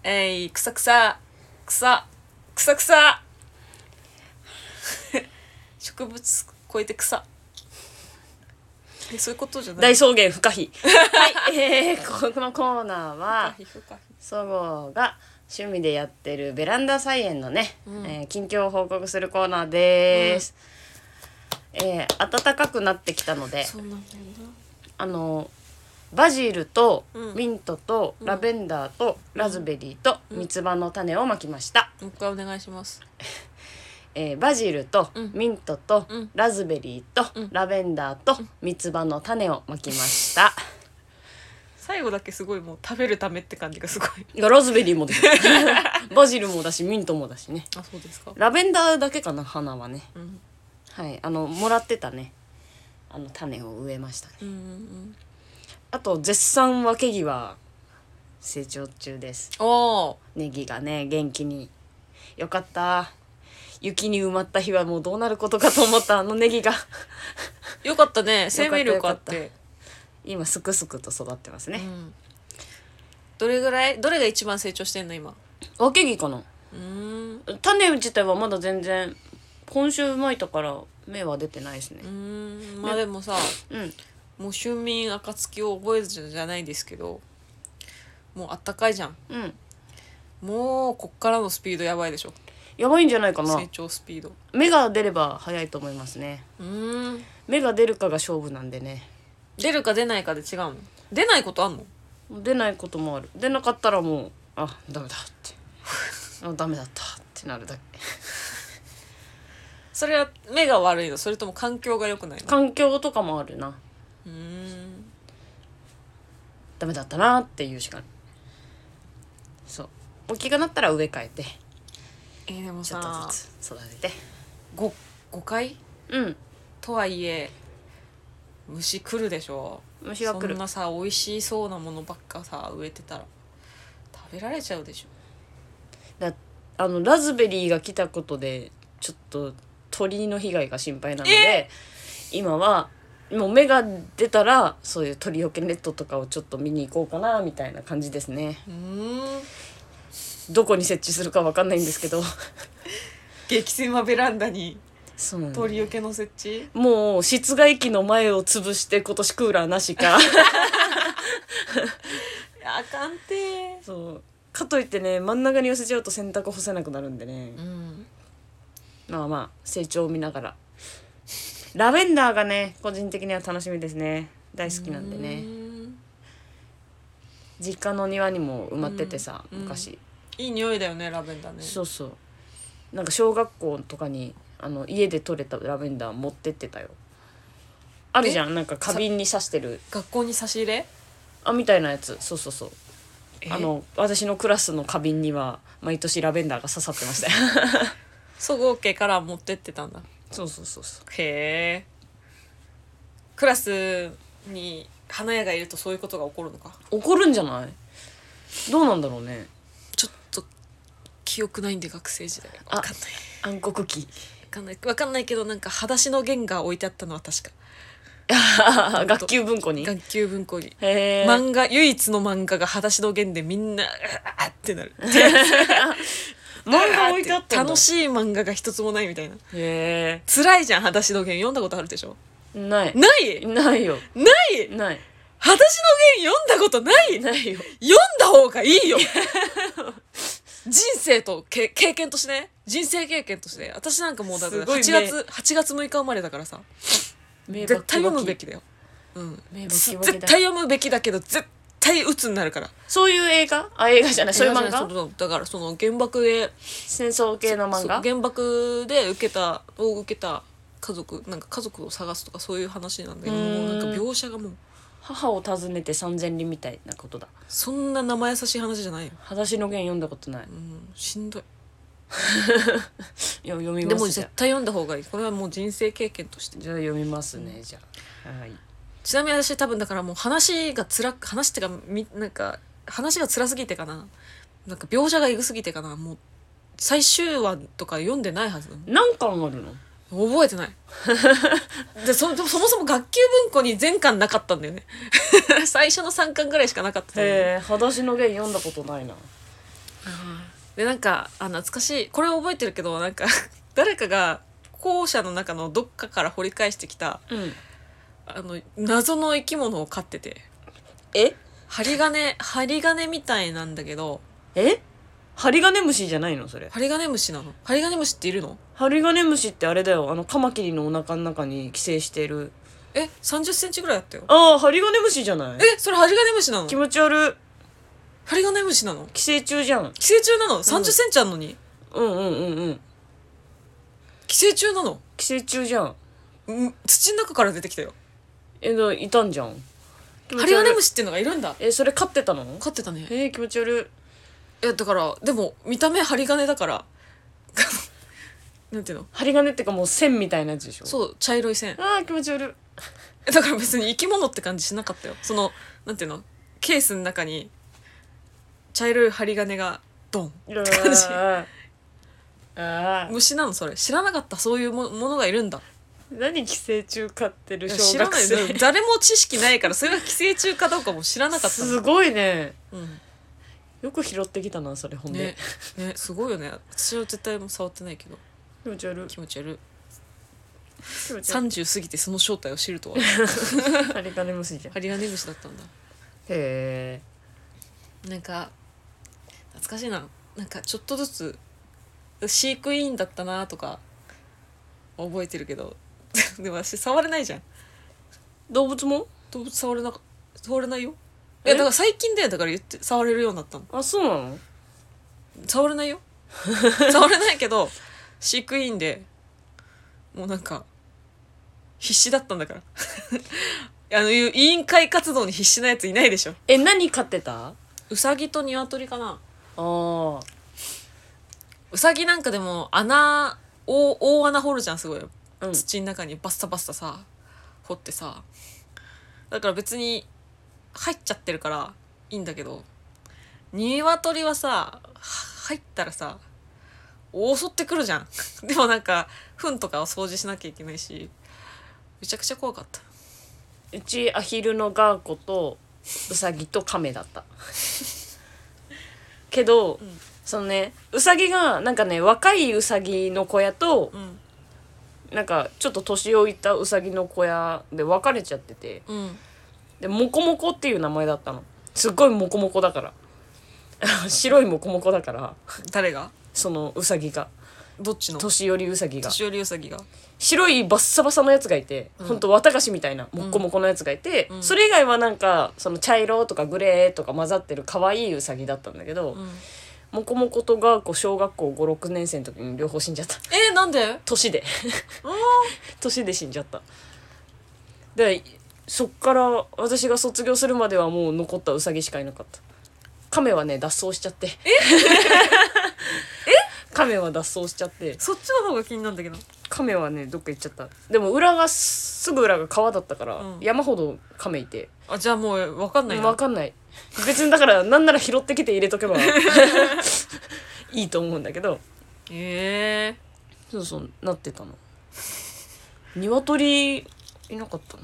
えいくさくさくさくさくさ [LAUGHS] 植物超えて草えそういうことじゃ
ー
ない
大草原不可避はい、えー、このコーナーは
皮膚科
そごうが趣味でやってるベランダ菜園のね、えー近況を報告するコーナーです、えー暖かくなってきたので
皮そうなんだよ
あのバジルと
うん
ミントとラベンダーとラズベリーと
うん
三つ葉の種をまきました、
なもう一回お願いします
えーバジルと
うん
ミントと
うん
ラズベリーと
うん
ラベンダーと三つ葉の種をまきました、
最後だけすごいもう食べるためって感じが [LAUGHS] すごい
いやラズベリーもです [LAUGHS] バジルもだしミントもだしね
あそうですか
ラベンダーだけかな花はね
うん
はい、あのもらってたね。あの種を植えましたね。
うんうん
あと絶賛分け木は成長中です。
お
ネギがね元気によかった。雪に埋まった日はもうどうなることかと思ったあのネギが [LAUGHS]
ーよかったね生命力あって
よ今すくすくと育ってます
う
ね。
ん、どれぐらいどれが一番成長してんの今
分け木かな。
うーん
種自体はまだ全然今週まいたから芽は出てないですね
う。ーんまあでもさ、
うん。
もう春眠暁を覚えずじゃないですけどもうあったかいじゃん
うん。
もうこっからのスピードやばいでしょ
やばいんじゃないかな
成。長スピード
芽が出れば早いと思いますね。
うーん
芽が出るかが勝負なんでね。
出るか出ないかで違うの出ないことあんの
出ないこともある出なかったらもうあダメだってあダメだったってなるだけ
それは目が悪いのそれとも環境が良くないの
環境とかもあるな
うーん
ダメだったなっていうしかないそう大きくなったら植え替えて
えーでも
ちょっと
さ
ずつ育てて
5, 5回
うん
とはいえ虫来るでしょ
虫が来
そん
る
なさ美味しそうなものばっかさ植えてたら食べられちゃうでしょ
だあのラズベリーが来たことでちょっと鳥の被害が心配なので今はもう芽が出たらそういう鳥よけネットとかをちょっと見に行こうかなみたいな感じですね
うーん
どこに設置するかわかんないんですけど
激狭ベランダに
そうなの
鳥よけの設置
もう室外機の前を潰して今年クーラーなし [LAUGHS] か
あかんて
そうかといってね真ん中に寄せちゃうと洗濯干せなくなるんでね、
ん
まあまあ成長を見ながらラベンダーがね個人的には楽しみですね大好きなんでね実家の庭にも埋まっててさ、
うん
昔、
いい匂いだよねラベンダーね
そうそうなんか小学校とかにあの家で採れたラベンダー持ってってたよあるじゃんなんか花瓶に刺してる
学校に差し入れ
あみたいなやつそうそうそうあの私のクラスの花瓶には毎年ラベンダーが刺さってましたよ
[LAUGHS] そごう家から持ってってたんだ
そうそうそうそう
へえクラスに花屋がいるとそういうことが起こるのか
怒るんじゃないどうなんだろうね
ちょっと記憶ないんで学生時代
あ
わかんない
暗黒期
わかんないわかんないけどなんか裸足の弦が置いてあったのは確か
[LAUGHS] 学級文庫にへ
学級文庫に
え
漫画唯一の漫画が裸足の弦でみんな「あーってなる
漫画置いてあったんだ
楽しい漫画が一つもないみたいな
へ
辛いじゃん裸足の弦読んだことあるでしょ
えない
ない
ないよ
ない
ない
裸足の弦読んだことない
ないよ
読んだ方がい
[LAUGHS]
いよ人生とけ経験としてね人生経験として私なんかもうだから
すごい
8
ね
月8月6日生まれだからさ
絶
絶対読むべきだよ、うん、
目バキ
絶
バキ
対
だ
読むべきだけど絶対鬱になるから
そういう映画あ映画じゃないそういう漫
そう
画
そうだからその原爆で
戦争系の漫
そう
画
原爆で受けたを受けた家族なんか家族を探すとかそういう話なんだけど
うー
も
ん
うなんか描写がもう
母を訪ねて三千里みたいなことだ
そんな生優しい話じゃないよ、
裸足の弦読んだことない
うん、しんどい
いや読み
で
ま
も
すじゃ
絶
あ
対読んだ方がいいこれはもう人生経験として
じゃあ読みますねじゃあはい
ちなみに私多分だからもう話が辛く話ってかみなんか話が辛すぎてかななんか描写がエグすぎてかなもう最終話とか読んでないはずだもん
何巻あるの
覚えてない [LAUGHS] でそでもそもそも学級文庫に全巻なかったんだよね [LAUGHS] 最初の3巻ぐらいしかなかったと思う
へえ裸足の弦読んだことないな
でなんかあ懐かしいこれ覚えてるけどなんか [LAUGHS] 誰かが校舎の中のどっかから掘り返してきた
うん
あの謎の生き物を飼ってて
え
針金 [LAUGHS] 針金みたいなんだけど
えハリガネムシじゃないのそれ
ハリガネムシなのハリガネムシっているの
ハリガネムシってあれだよあのカマキリのお腹の中に寄生してる
え三3 0ンチぐらいあったよ
ああハリガネムシじゃない
えそれハリガネムシなの
気持ち悪い
ハリガネムシなの
寄生虫じゃん
寄生虫なの3 0ンチあるのに
うんうんうんうん
寄生虫なの
寄生虫じゃん
うん土の中から出てきたよ
えだいたんじゃん気持ち悪い
ハリガネムシっていうのがいるんだ
えそれ飼ってたの
飼ってたね
えー、気持ち悪い
いやだからでも見た目ハリガネだから [LAUGHS] なんていうの
ハリガネってかもう線みたいなやつでしょ
そう茶色い線
あー気持ち悪い
だから別に生き物って感じしなかったよそのなんていうのケースの中に茶色い針金がドンって
[LAUGHS]
感じ
あーあー
虫なのそれ知らなかったそういうもものがいるんだ
何寄生虫飼ってる
いや
小
知ら
学
ない
生
誰も知識ないからそれが寄生虫かどうかも知らなかったの
すごいね
うん
よく拾ってきたなそれほんで、
ねねすごいよね私は絶対もう触ってないけど
気持ち
[LAUGHS]
悪い
気持ち悪
気持ち悪い
い30過ぎてその正体を知るとは
ハリガネムシじゃんへ
針金虫だったんだ
え
なんか懐かしいななんかちょっとずつ飼育員だったなとか覚えてるけど [LAUGHS] でも私触れないじゃん
動物も
動物触れなか触れないよい
え
やだから最近だよだから言って触れるようになったの
あそうなの
触れないよ [LAUGHS] 触れないけど飼育員でもうなんか必死だったんだから [LAUGHS] あのいう委員会活動に必死なやついないでしょ
え何飼ってたあ
ウサギとニワトリかな
あ
ウサギなんかでも穴大大穴掘るじゃんすごい
うん
土の中にバッサバッサさ掘ってさだから別に入っちゃってるからいいんだけどニワトリはさは入ったらさ襲ってくるじゃん [LAUGHS] でもなんか糞とかを掃除しなきゃいけないしめちゃくちゃ怖かった
うちアヒルのガーコとウサギとカメだった [LAUGHS] けど、
ん
そのねウサギがなんかね若いウサギの小屋と、
うん
なんかちょっと年老いたウサギの小屋で別れちゃってて
うん
でモコモコっていう名前だったのすっごいモコモコだから [LAUGHS] 白いモコモコだから
誰が
そのウサギが
どっちの
年寄りウサギが
年寄りウサギが
白いバッサバサのやつがいて、
うん
ほんと綿菓子みたいなもっこもこのやつがいて、
うん
それ以外はなんかその茶色とかグレーとか混ざってる可愛いウサギだったんだけど、
うん
もこもことがこ小学校56年生の時に両方死んじゃった
えー、なんで
年で [LAUGHS] 年で死んじゃったでそっから私が卒業するまではもう残ったウサギしかいなかった亀はね脱走しちゃ
[LAUGHS]
ってえ亀は脱走しちゃって
そっちの方が気になるんだけど
亀はねどっか行っちゃったでも裏がすぐ裏が川だったから、
うん
山ほど亀いて
あじゃあもう分かんないな
分かんない別にだからなんなら拾ってきて入れとけ
[LAUGHS]
ばいいと思うんだけど
ええ
そうそうなってたの [LAUGHS] 鶏いなかったな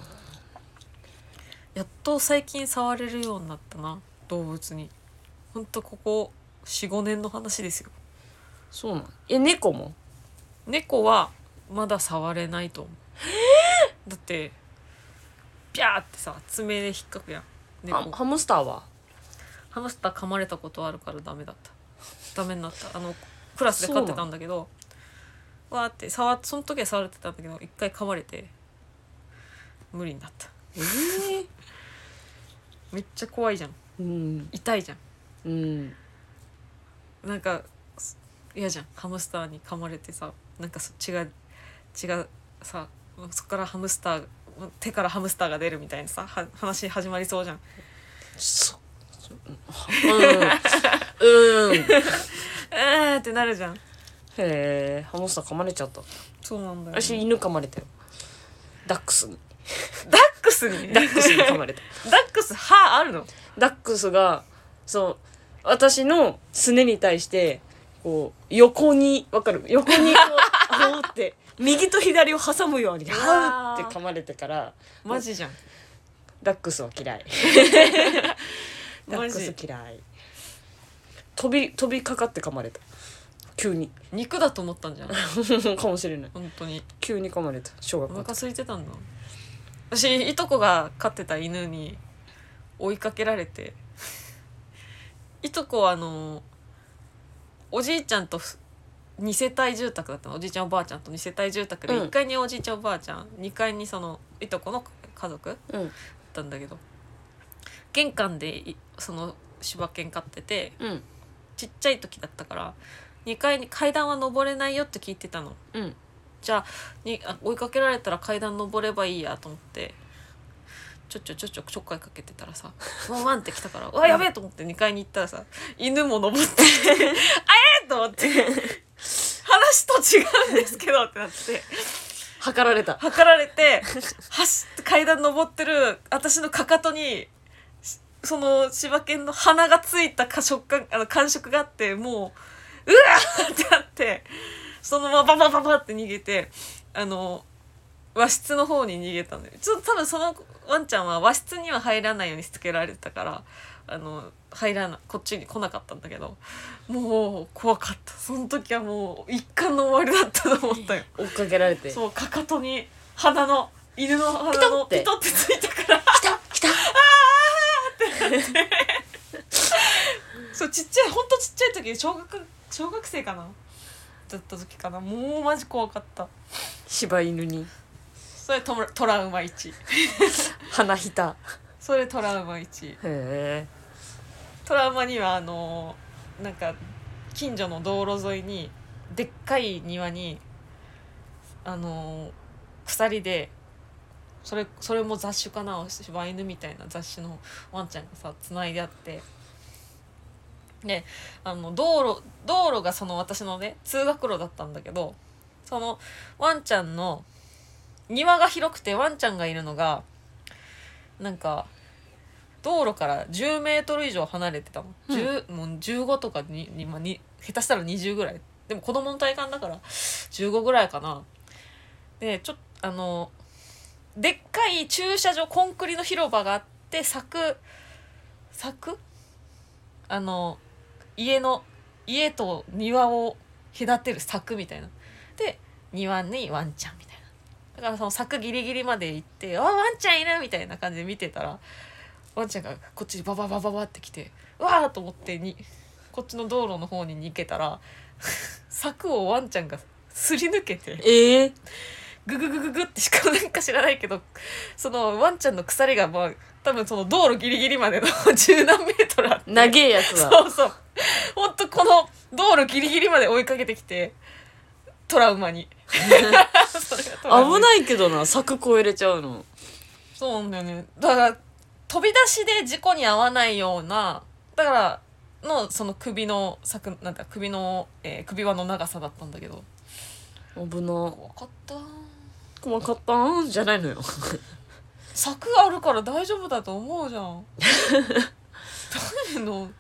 やっと最近触れるようになったな動物にほんとここ45年の話ですよ
そうなんえ猫も
猫はまだ触れないと思うだってピャーってさ爪で引っかくやん
あ
猫
ハムスターは
ハムスター噛まれたことあるからダメだったダメになったあのクラスで飼ってたんだけどわーって触っその時は触れてたんだけど一回噛まれて無理になった
え
めっちゃ怖いじゃん
えうん
痛いじゃ
うん
んなんかす嫌じゃんハムスターに噛まれてさなんかそ血が血がさそこからハムスター手からハムスターが出るみたいなさは話始まりそうじゃん
そそ
[LAUGHS]
うん、うん、へ
えーってなるじゃん
えハムスター噛まれちゃった
そうなんだよ、
私犬噛まれたよダック
[LAUGHS]
スに
ダックスに
ダックスに噛まれた
ダックス歯あるの
ダックスがそう私のすねに対してこう横にわかる横にこうあおって [LAUGHS] 右と左を挟むように
わー
あおって噛まれてから
マジじゃん
ダックスは嫌いダッ
マ
ク
ジ
ス嫌い飛び飛びかかって噛まれた急に [LAUGHS]
肉だと思ったんじゃん
かもしれない
本当に
急に噛まれた小学
お
校の
腹
時
空いてたんだ私いとこが飼ってた犬に追いかけられていとこはあのおじいちゃんとふ二世帯住宅だったのおじいちゃんおばあちゃんと二世帯住宅で
うん
1階におじいちゃんおばあちゃん2階にそのいとこの家族だっ
うん
たんだけど玄関でいその柴犬飼ってて
うん
ちっちゃい時だったから2階に階段は登れないよって聞いてたの
うん
じゃあにあ追いかけられたら階段登ればいいやと思ってちょちょちょちょちょっかいかけてたらさワンワンって来たから「うわやべえ!」と思って2階に行ったらさ犬も登ってきて「あえ!」と思って話と違うんですけどってなって
測られた
測られて走って階段登ってる私のかかとにしその柴犬の鼻がついたか食感あの感触があってもううわーってなってそのままババババって逃げてあの和室の方に逃げたんだよちょっと多分そのワンちゃんは和室には入らないようにしつけられてたからあの入らなこっちに来なかったんだけどもう怖かったその時はもう一巻の終わりだったと思ったよ。
追っかけられて
そうかかとに鼻の犬の鼻の
ピ
ピ
ト
トってついたから
来た来た
そうちっちゃいほんとちっちゃい時小学小学生かなだった時かなもうマジ怖かった
柴犬に
それトラトラウマ1
鼻ひた
それトラウマ1
へ
トラウマにはあのーなんか近所の道路沿いにでっかい庭にあのー鎖でそれそれも雑種かな柴犬みたいな雑種のワンちゃんがさつないであってであの道路道路がその私のね通学路だったんだけどそのワンちゃんの庭が広くてワンちゃんがいるのがなんか道路から10メートル以上離れてたの、
うん
10もう15とかにに、まあに下手したら20ぐらいでも子供の体感だから15ぐらいかなでちょっとあのでっかい駐車場コンクリの広場があって柵柵あの家の家と庭を隔てる柵みたいなで庭にワンちゃんみたいなだからその柵ギリギリまで行って「あワンちゃんいる!」みたいな感じで見てたらワンちゃんがこっちにバババババって来て「うわー!」と思ってにこっちの道路の方に逃げたら [LAUGHS] 柵をワンちゃんがすり抜けて
えええ
グググググってしかなんか知らないけどそのワンちゃんの鎖がまあ多分その道路ギリギリまでの [LAUGHS] 十何メートルあって
長えやつは
そうそうほんとこの道路ギリギリまで追いかけてきてトラウマに
[LAUGHS]
それがトラウマ
危ないけどな柵越えれちゃうの
そうなんだよねだから飛び出しで事故に遭わないようなだからのその首の柵なんだ首の、えー首輪の長さだったんだけど
危な
怖かった
怖かったーんじゃないのよ
柵あるから大丈夫だと思うじゃん誰の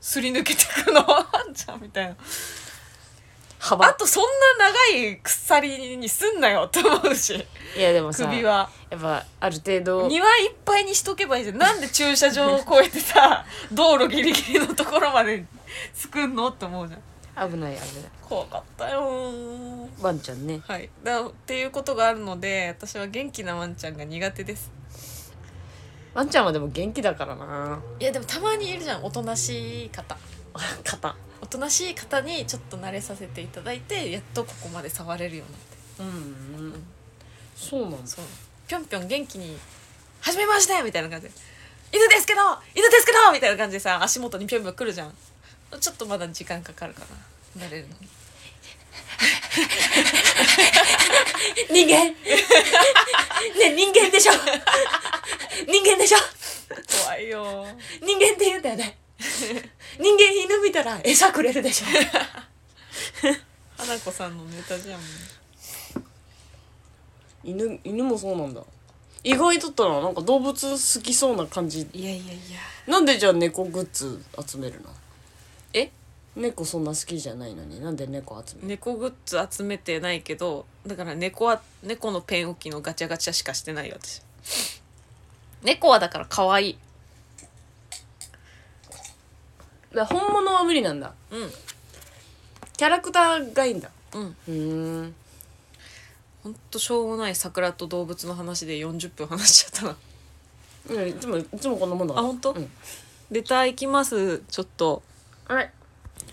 すり抜けてくのあんちゃんみたいなあ
幅
とそんな長い鎖にすんなよと思うし
いやでもさ
首は
やっぱある程度
庭いっぱいにしとけばいいじゃんなんで駐車場を越えて [LAUGHS] さ道路ギリギリのところまで作んのって思うじゃん
危ない危ない
怖かったよー
ワンちゃんね
はいだっていうことがあるので私は元気なワンちゃんが苦手です
ワンちゃんはでも元気だからない [LAUGHS]
やでもたまにいるじゃんおとなしい方
肩
おとなしい方にちょっと慣れさせていただいてやっとここまで触れるようになっ
う
て
んそうなんだ
そうぴょんぴょん元気に「はじめまして!」みたいな感じで「犬ですけど犬ですけど!」みたいな感じでさ足元にぴょんぴょん来るじゃんちょっとまだ時間かかるかな慣れるのに
人間ね人間でしょ人間でしょ
怖いよ
人間って言うんだよね人間犬見たら餌くれるでしょ
花子さんのネタじゃんもう
[LAUGHS] 犬犬もそうなんだ意外だったらなんか動物好きそうな感じ
いやいやいや
なんでじゃあ猫グッズ集めるの
え
猫そんな好きじゃないのになんで猫集める
猫グッズ集めてないけどだから猫は猫のペン置きのガチャガチャしかしてないよ私猫はだから可愛い
だから本物は無理なんだ
うん
キャラクターがいいんだ
うん
うーん
ほんとしょうもない桜と動物の話で40分話しちゃったな
うんいつもいつもこんなもんだ
あ本当、
うん
レターいきますちょっと
当はい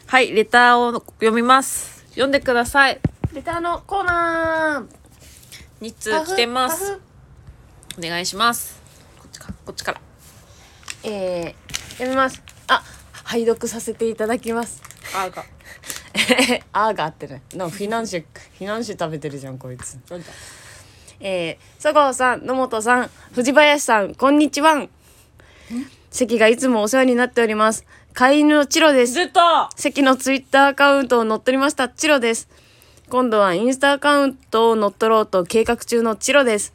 はいレターを読みます読んでください
レターのコーナ
2通
ー
来てま
パフ
す
パフ
お願いしますこっちからこっちから
えー、読みますあ拝読させていただきます
あが
「 [LAUGHS] あ」が合ってないなんかフィナンシェフィナンシェ食べてるじゃんこいつ
なんだ
えー、そごうさん野本さん藤林さんこんにちは関がいつもお世話になっております飼い犬のチロです
出た
関のツイッターアカウントを乗っ取りましたチロです今度はインスタアカウントを乗っ取ろうと計画中のチロです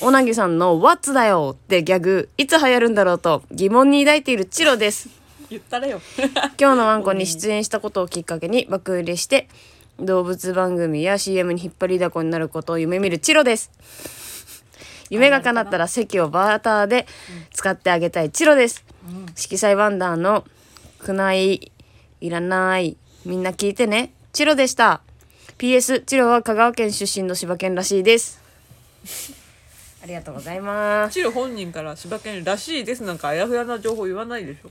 おなぎさんの「What's だよ!」ってギャグいつ流行るんだろうと疑問に抱いているチロです
言った [LAUGHS] らよ
今日のワンコに出演したことをきっかけに爆売れして動物番組や CM に引っ張りだこになることを夢見るチロ [LAUGHS] です夢が叶ったら席をバーターで使ってあげたいチロです、色彩ワンダーのくないいらないみんな聞いてねチロでした PS チロは香川県出身の柴犬らしいです [LAUGHS] ありがとうございます
チロ本人から柴犬らしいですなんかあやふやな情報言わないでしょ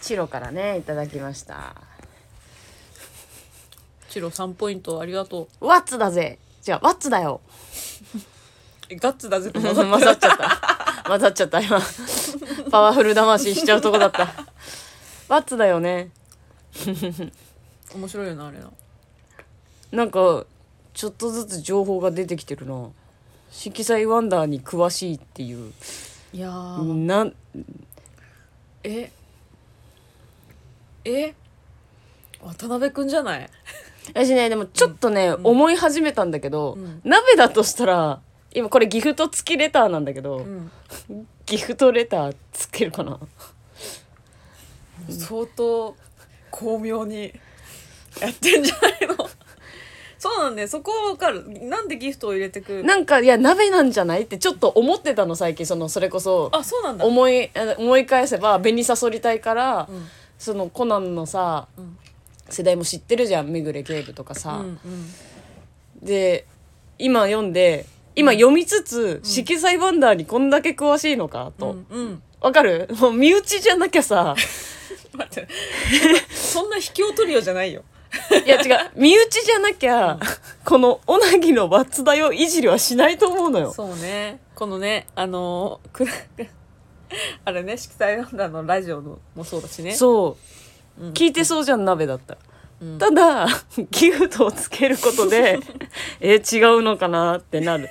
チロからねいただきました
チロ3ポイントありがと
ワッツだぜじゃあワッツだよ
うガッツだぜ
[LAUGHS]
と
混ざっちゃった混ざっちゃった今パワフル魂しちゃうとこだったワッツだよね
[LAUGHS] 面白いよなあれな
なんかちょっとずつ情報が出てきてるな色彩ワンダーに詳しいっていう
いやー、
なん
ええ渡辺くんじゃない
私ねでもちょっとね、思い始めたんだけど、
うん
鍋だとしたら今これギフト付きレターなんだけど、
ん
ギフトレターつけるかな
相当巧妙にやってんじゃないの [LAUGHS] そうなんだよそこはわかるなんでギフトを入れてくる
なんかいや鍋なんじゃないってちょっと思ってたの最近そのそれこそ
あそうなんだ、
思いあの思い返せば紅さそり隊から、
うん
そのコナンのさ、
うん
世代も知ってるじゃん「めぐれ警部」とか
う
さ、
んうん、
で今読んで今読みつつ、色彩バンダーにこんだけ詳しいのかと、
うんうん
わかる [LAUGHS] もう身内じゃなきゃ
[LAUGHS]
さ
待って [LAUGHS] そんな卑怯トリオじゃないよ
いや違う身内じゃなきゃ、この「おなぎのバツだよ」いじりはしないと思うのよ。
そうねこのねあのーく [LAUGHS] あれね色彩ワンダーのラジオのもそうだしね
そう、聞いてそうじゃん鍋だったら、ただ [LAUGHS] ギフトをつけること
[LAUGHS]
でえ違うのかなってなる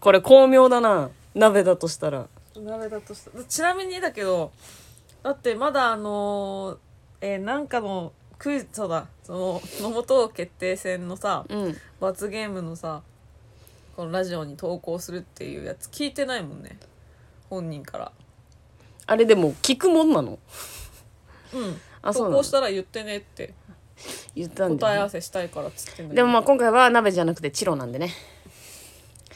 これ巧妙だな鍋だとしたら
鍋だとしたちなみにだけどだってまだあのーえーなんかのクイズそうだその野本決定戦のさ
うん
罰ゲームのさこのラジオに投稿するっていうやつ聞いてないもんね本人から
あれでも聞くもんなの
うん
あそう
投
なの
稿したら言ってねって
言ったんだ
答え合
よ
わ
ね、
せしたいからっつってんだけど
でもまあ今回は鍋じゃなくてチロなんでね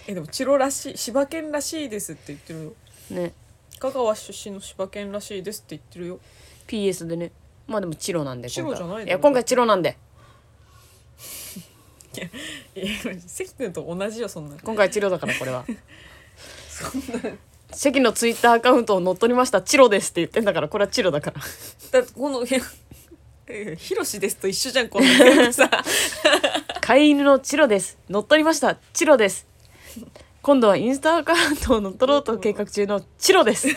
えでもチロらしい柴犬らしいですって言ってるよ
ね
香川出身の柴犬らしいですって言ってるよ
PS でねまあでもチロなんで今回は
チロじゃないの
や今回チロなんで
いや関君と同じよそんな
今回チロだからこれ
[LAUGHS]
は関のツイッターアカウントを乗っ取りましたチロですって言ってんだからこれはチロだから
だってこのいやえヒロシですと一緒じゃんこの全部さ [LAUGHS]
飼い犬のチロです乗っ取りましたチロです今度はインスタアカウントを乗っ取ろうと計画中のチロです
ヒ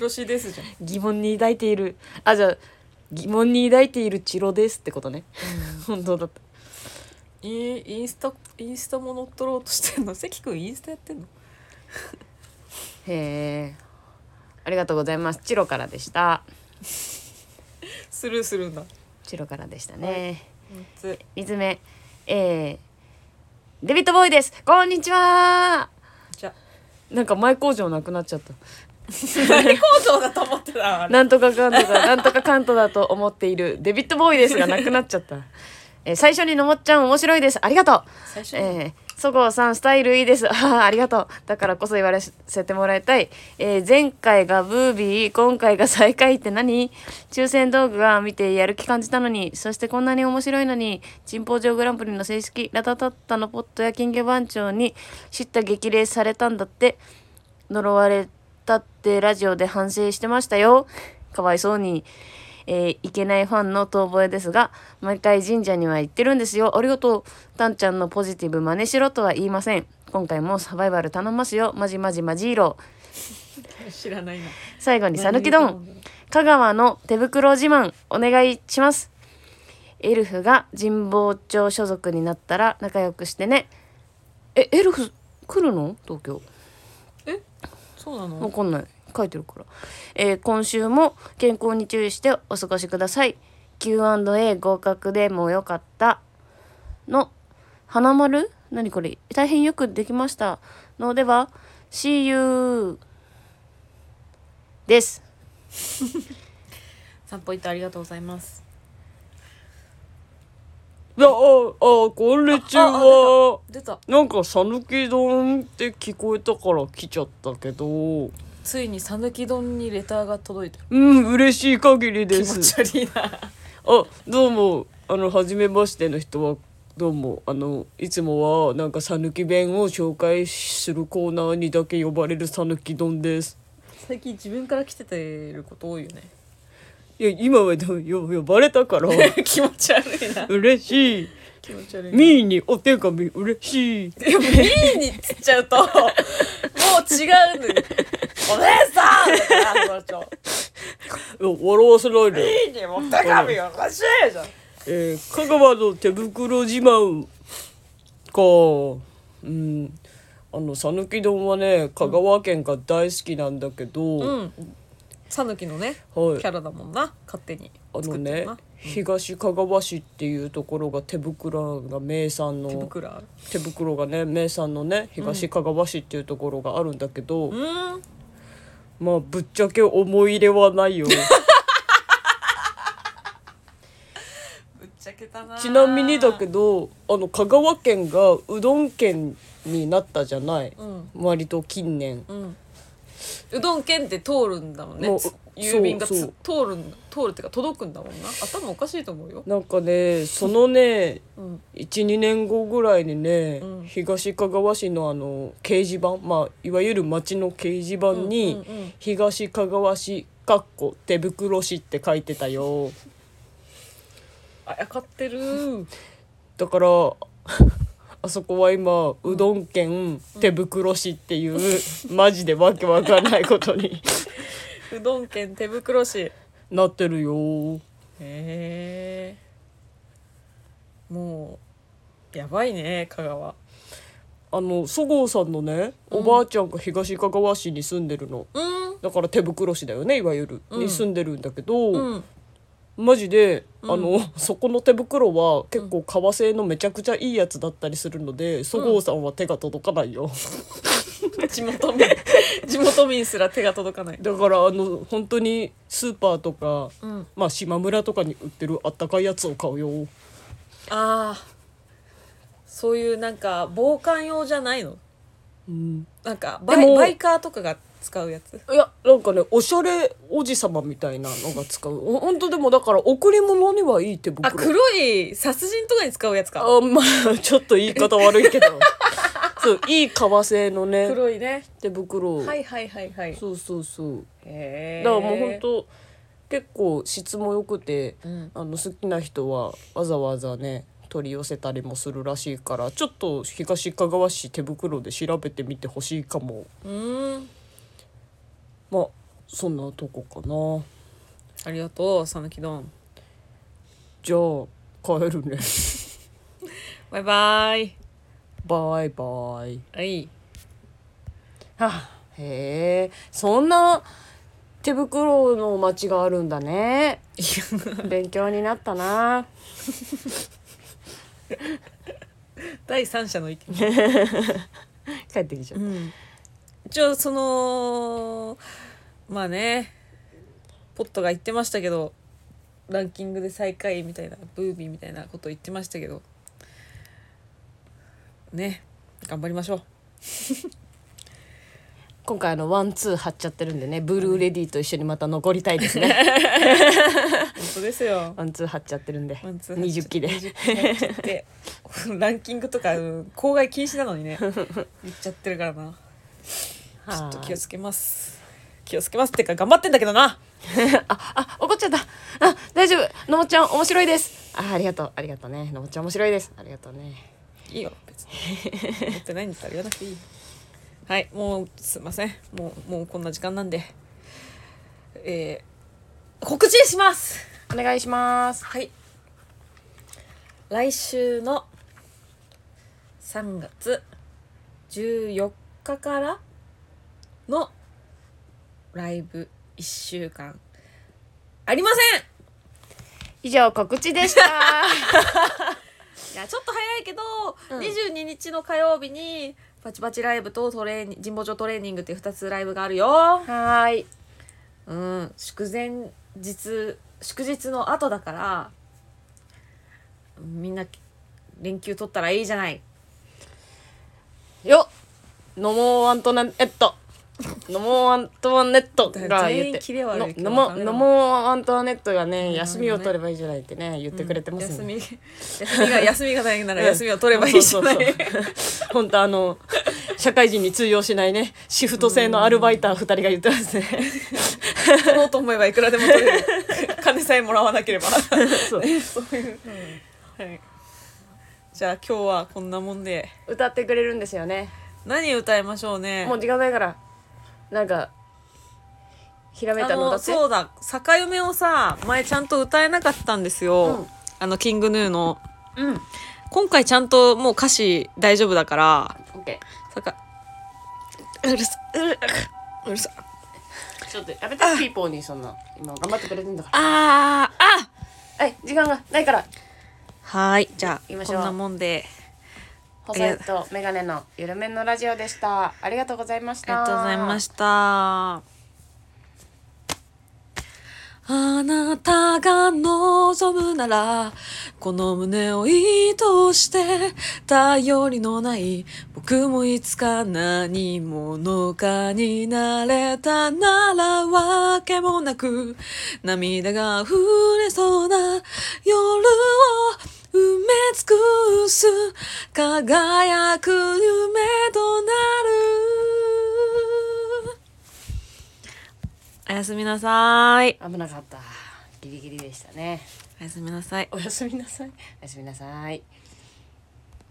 ロシですじゃん
疑問に抱いているあじゃあ疑問に抱いているチロですってことね、本当だった
インインスタインスタも乗っ取ろうとしてんの関君インスタやってんの
へえありがとうございますチロからでした
スルーするんだ
チロからでした
は
ね、
三つ
三つ目えー、デビットボーイですこんにちは
じゃ
なんか前工場なくなっちゃった
大好評だと思って [LAUGHS] たあれ
なんとかかんとか、なんとかかんとだと思っているデビッドボーイですが、なくなっちゃった。えー最初にのもっちゃん面白いです。ありがとう。
最初に
えー、そごうさんスタイルいいです。あ [LAUGHS] ーありがとう。だからこそ言わせてもらいたい。えー前回がブービー、今回が最下位って何抽選道具が見てやる気感じたのに、そしてこんなに面白いのに、人保上グランプリの正式、ラタタッタのポットや金魚番長に叱咤激励されたんだって、呪われたってラジオで反省してましたよ。かわいそうに。えーいけないファンの遠吠えですが毎回神社には行ってるんですよありがとうたんちゃんのポジティブ真似しろとは言いません今回もサバイバル頼ますよマジマジマジーロー
知らないな
最後にさぬき丼香川の手袋自慢お願いしますエルフが神保町所属になったら仲良くしてねえエルフ来るの東京
そうな
わ
の
かんない書いてるから、えー今週も健康に注意してお過ごしください Q&A 合格でもよかったの花丸何これ大変よくできましたのでは See you です
散歩行ってありがとうございます
ああこんにちは
出た
なんか讃岐丼って聞こえたから来ちゃったけど
ついにさぬき丼にレターが届いた
うん嬉しい限りで
気持ち悪いな
あどうもあの初めましての人はどうもあのいつもはなんか讃岐弁を紹介するコーナーにだけ呼ばれる讃岐丼です
最近自分から来ててること多いよね
いや今はどう呼呼ばれたから
[LAUGHS] 気持ち悪い [LAUGHS] な
嬉しい
気持ち悪い
ミーにお手紙嬉しい
でも「いい」につっちゃうともう違うのよ「お姉さん!」だからあの
い
人
や笑わせない
「
で、
いい」にもう手紙がおかしいじゃん
えー、香川の手袋自慢かうんあの讃岐丼はね香川県が大好きなんだけど、
うんさぬきのね
はい
キャラだもんな勝手に
あ
作
の
って
ね
るな、
東香川市っていうところが手袋が名産
手
の
袋ある
手袋がね名産のね東香川市っていうところがあるんだけど、
うん
まあぶっちゃけ思い入れはない
[LAUGHS]
よ
ぶっちゃけたな
ちなみにだけどあの香川県がうどん県になったじゃない、
うん
割と近年
うんうどん県って通るんだもんね
もう
郵便がつ
そう
通るん通るっていうか届くんだもんな頭おかしいと思うよ
なんかねそのね
うん
12年後ぐらいにね、
うん
東香川市のあの掲示板まあいわゆる町の掲示板に、
うんうんうん
東かがわ市かっこ手袋市って書いてたよ
あやかってる
だから [LAUGHS] あそこは今うどん県手袋市っていう、マジでわけわかんないことに
うどん県手袋市へ
なってるよ
えもうやばいね香川
あのそごうさんのねおばあちゃんが東かがわ市に住んでるの、
うん
だから手袋市だよねいわゆる、
うん
に住んでるんだけど、
うん
マジで、
うん
あの [LAUGHS] そこの手袋は結構革製のめちゃくちゃいいやつだったりするのでそごうさんは手が届かないよ、 [LAUGHS]
地元 [LAUGHS] 民地元民すら手が届かない
だからあの本当にスーパーとか、
うん
まあ島村とかに売ってるあったかいやつを買うよ
ああそういうなんか防寒用じゃないの
うん
なんかバ
で
イ
も
バイカーとかが使うやつ
いやなんかねおしゃれおじさまみたいなのが使う [LAUGHS] ほほんとでもだから贈り物にはいい手
あ
袋
黒い殺人とかに使うやつか
あまあちょっと言い方
[LAUGHS]
悪いけどそういい革製のね
黒いね
手袋を、
はいはいはいはい
そうそうそう
へえ
だからもう本当結構質も良くて
うん
あの好きな人はわざわざね取り寄せたりもするらしいからちょっと東かがわ市手袋で調べてみてほしいかも
うーん
まあそんなとこかな
ありがとうさぬきどん
じゃあ帰るね [LAUGHS]
バイバイ
バイバイ
はい
はあへえそんな手袋の街があるんだね勉強になったな
第三者の意見
[LAUGHS] 帰ってきちゃう
うん一応そのまあねポットが言ってましたけどランキングで最下位みたいなブービーみたいなこと言ってましたけどね頑張りましょう
今回あのワンツー貼っちゃってるんでねブルーレディーと一緒にまた残りたいで
[LAUGHS]
すね
本当ですよ
ワンツー貼っちゃってるんで
ワンツー
20期で
20期入っちゃってランキングとかうん公害禁止なの
[LAUGHS]
にね言っちゃってるからなちょっと気をつけます気をつけますってか頑張ってんだけどな
あ怒っちゃったあ大丈夫のもちゃん面白いですあありがとうありがとうねのもちゃん面白いですありがとうね
いいよ別に [LAUGHS] 思ってないんだったら言わなくていいはいもうすいませんもうもうこんな時間なんでえー、告知します
お願いします
はい来週の3月14日からのライブ1週間ありません
以上告知でした
いやちょっと早いけど、22日の火曜日にバチバチライブとトレーニ神保町トレーニングっていう2つライブがあるよ。
はーい
うん祝前日祝日の後だからみんな連休取ったらいいじゃない。
よっのもワントナネットのもワントワネットが
全
言
員
って
キレ悪いけど
ののも
ダメだ
のもワントワネットが
うん
ね休み
ダ
を
メだね
取ればいいじゃないってね言ってくれてます
休み
ね
休みが休みがないなら休みを取ればいいじゃない。
そうそうそう本当あの社会人に通用しないねシフト制のアルバイター2人が言ってますね
取ろうと思えばいくらでも取れ
[LAUGHS]
る。金さえもらわなければ。
そう
そういう。はい。じゃあ今日はこんなもんで。
歌ってくれるんですよね
何歌いましょうね
もう時間ないからなんかひらめい
あ
たの歌
の
って
そうだ「坂夢」をさ前ちゃんと歌えなかったんですよ、
うん
あのキングヌーの
うん
今回ちゃんともう歌詞大丈夫だから
オッケ
坂うるさうるうるさ
ーちょっとやめてピーポーにそんな今頑張ってくれてんだか
あー
らはい時間がないから
あはーいじゃあ
言いまし
こ
ょ
ん
う
なもんで
細いとメガネのゆるめのラジオでしたありがとうございまし
あり
た
がとうございましたあなたが望むなら、この胸を意図して、頼りのない、僕もいつか何者かになれたなら、わけもなく、涙が溢れそうな夜を埋め尽くす、輝く夢となる。おやすみなさい。
危なかったギリギリでしたね
おやすみなさい。
おやすみなさいおやすみなさい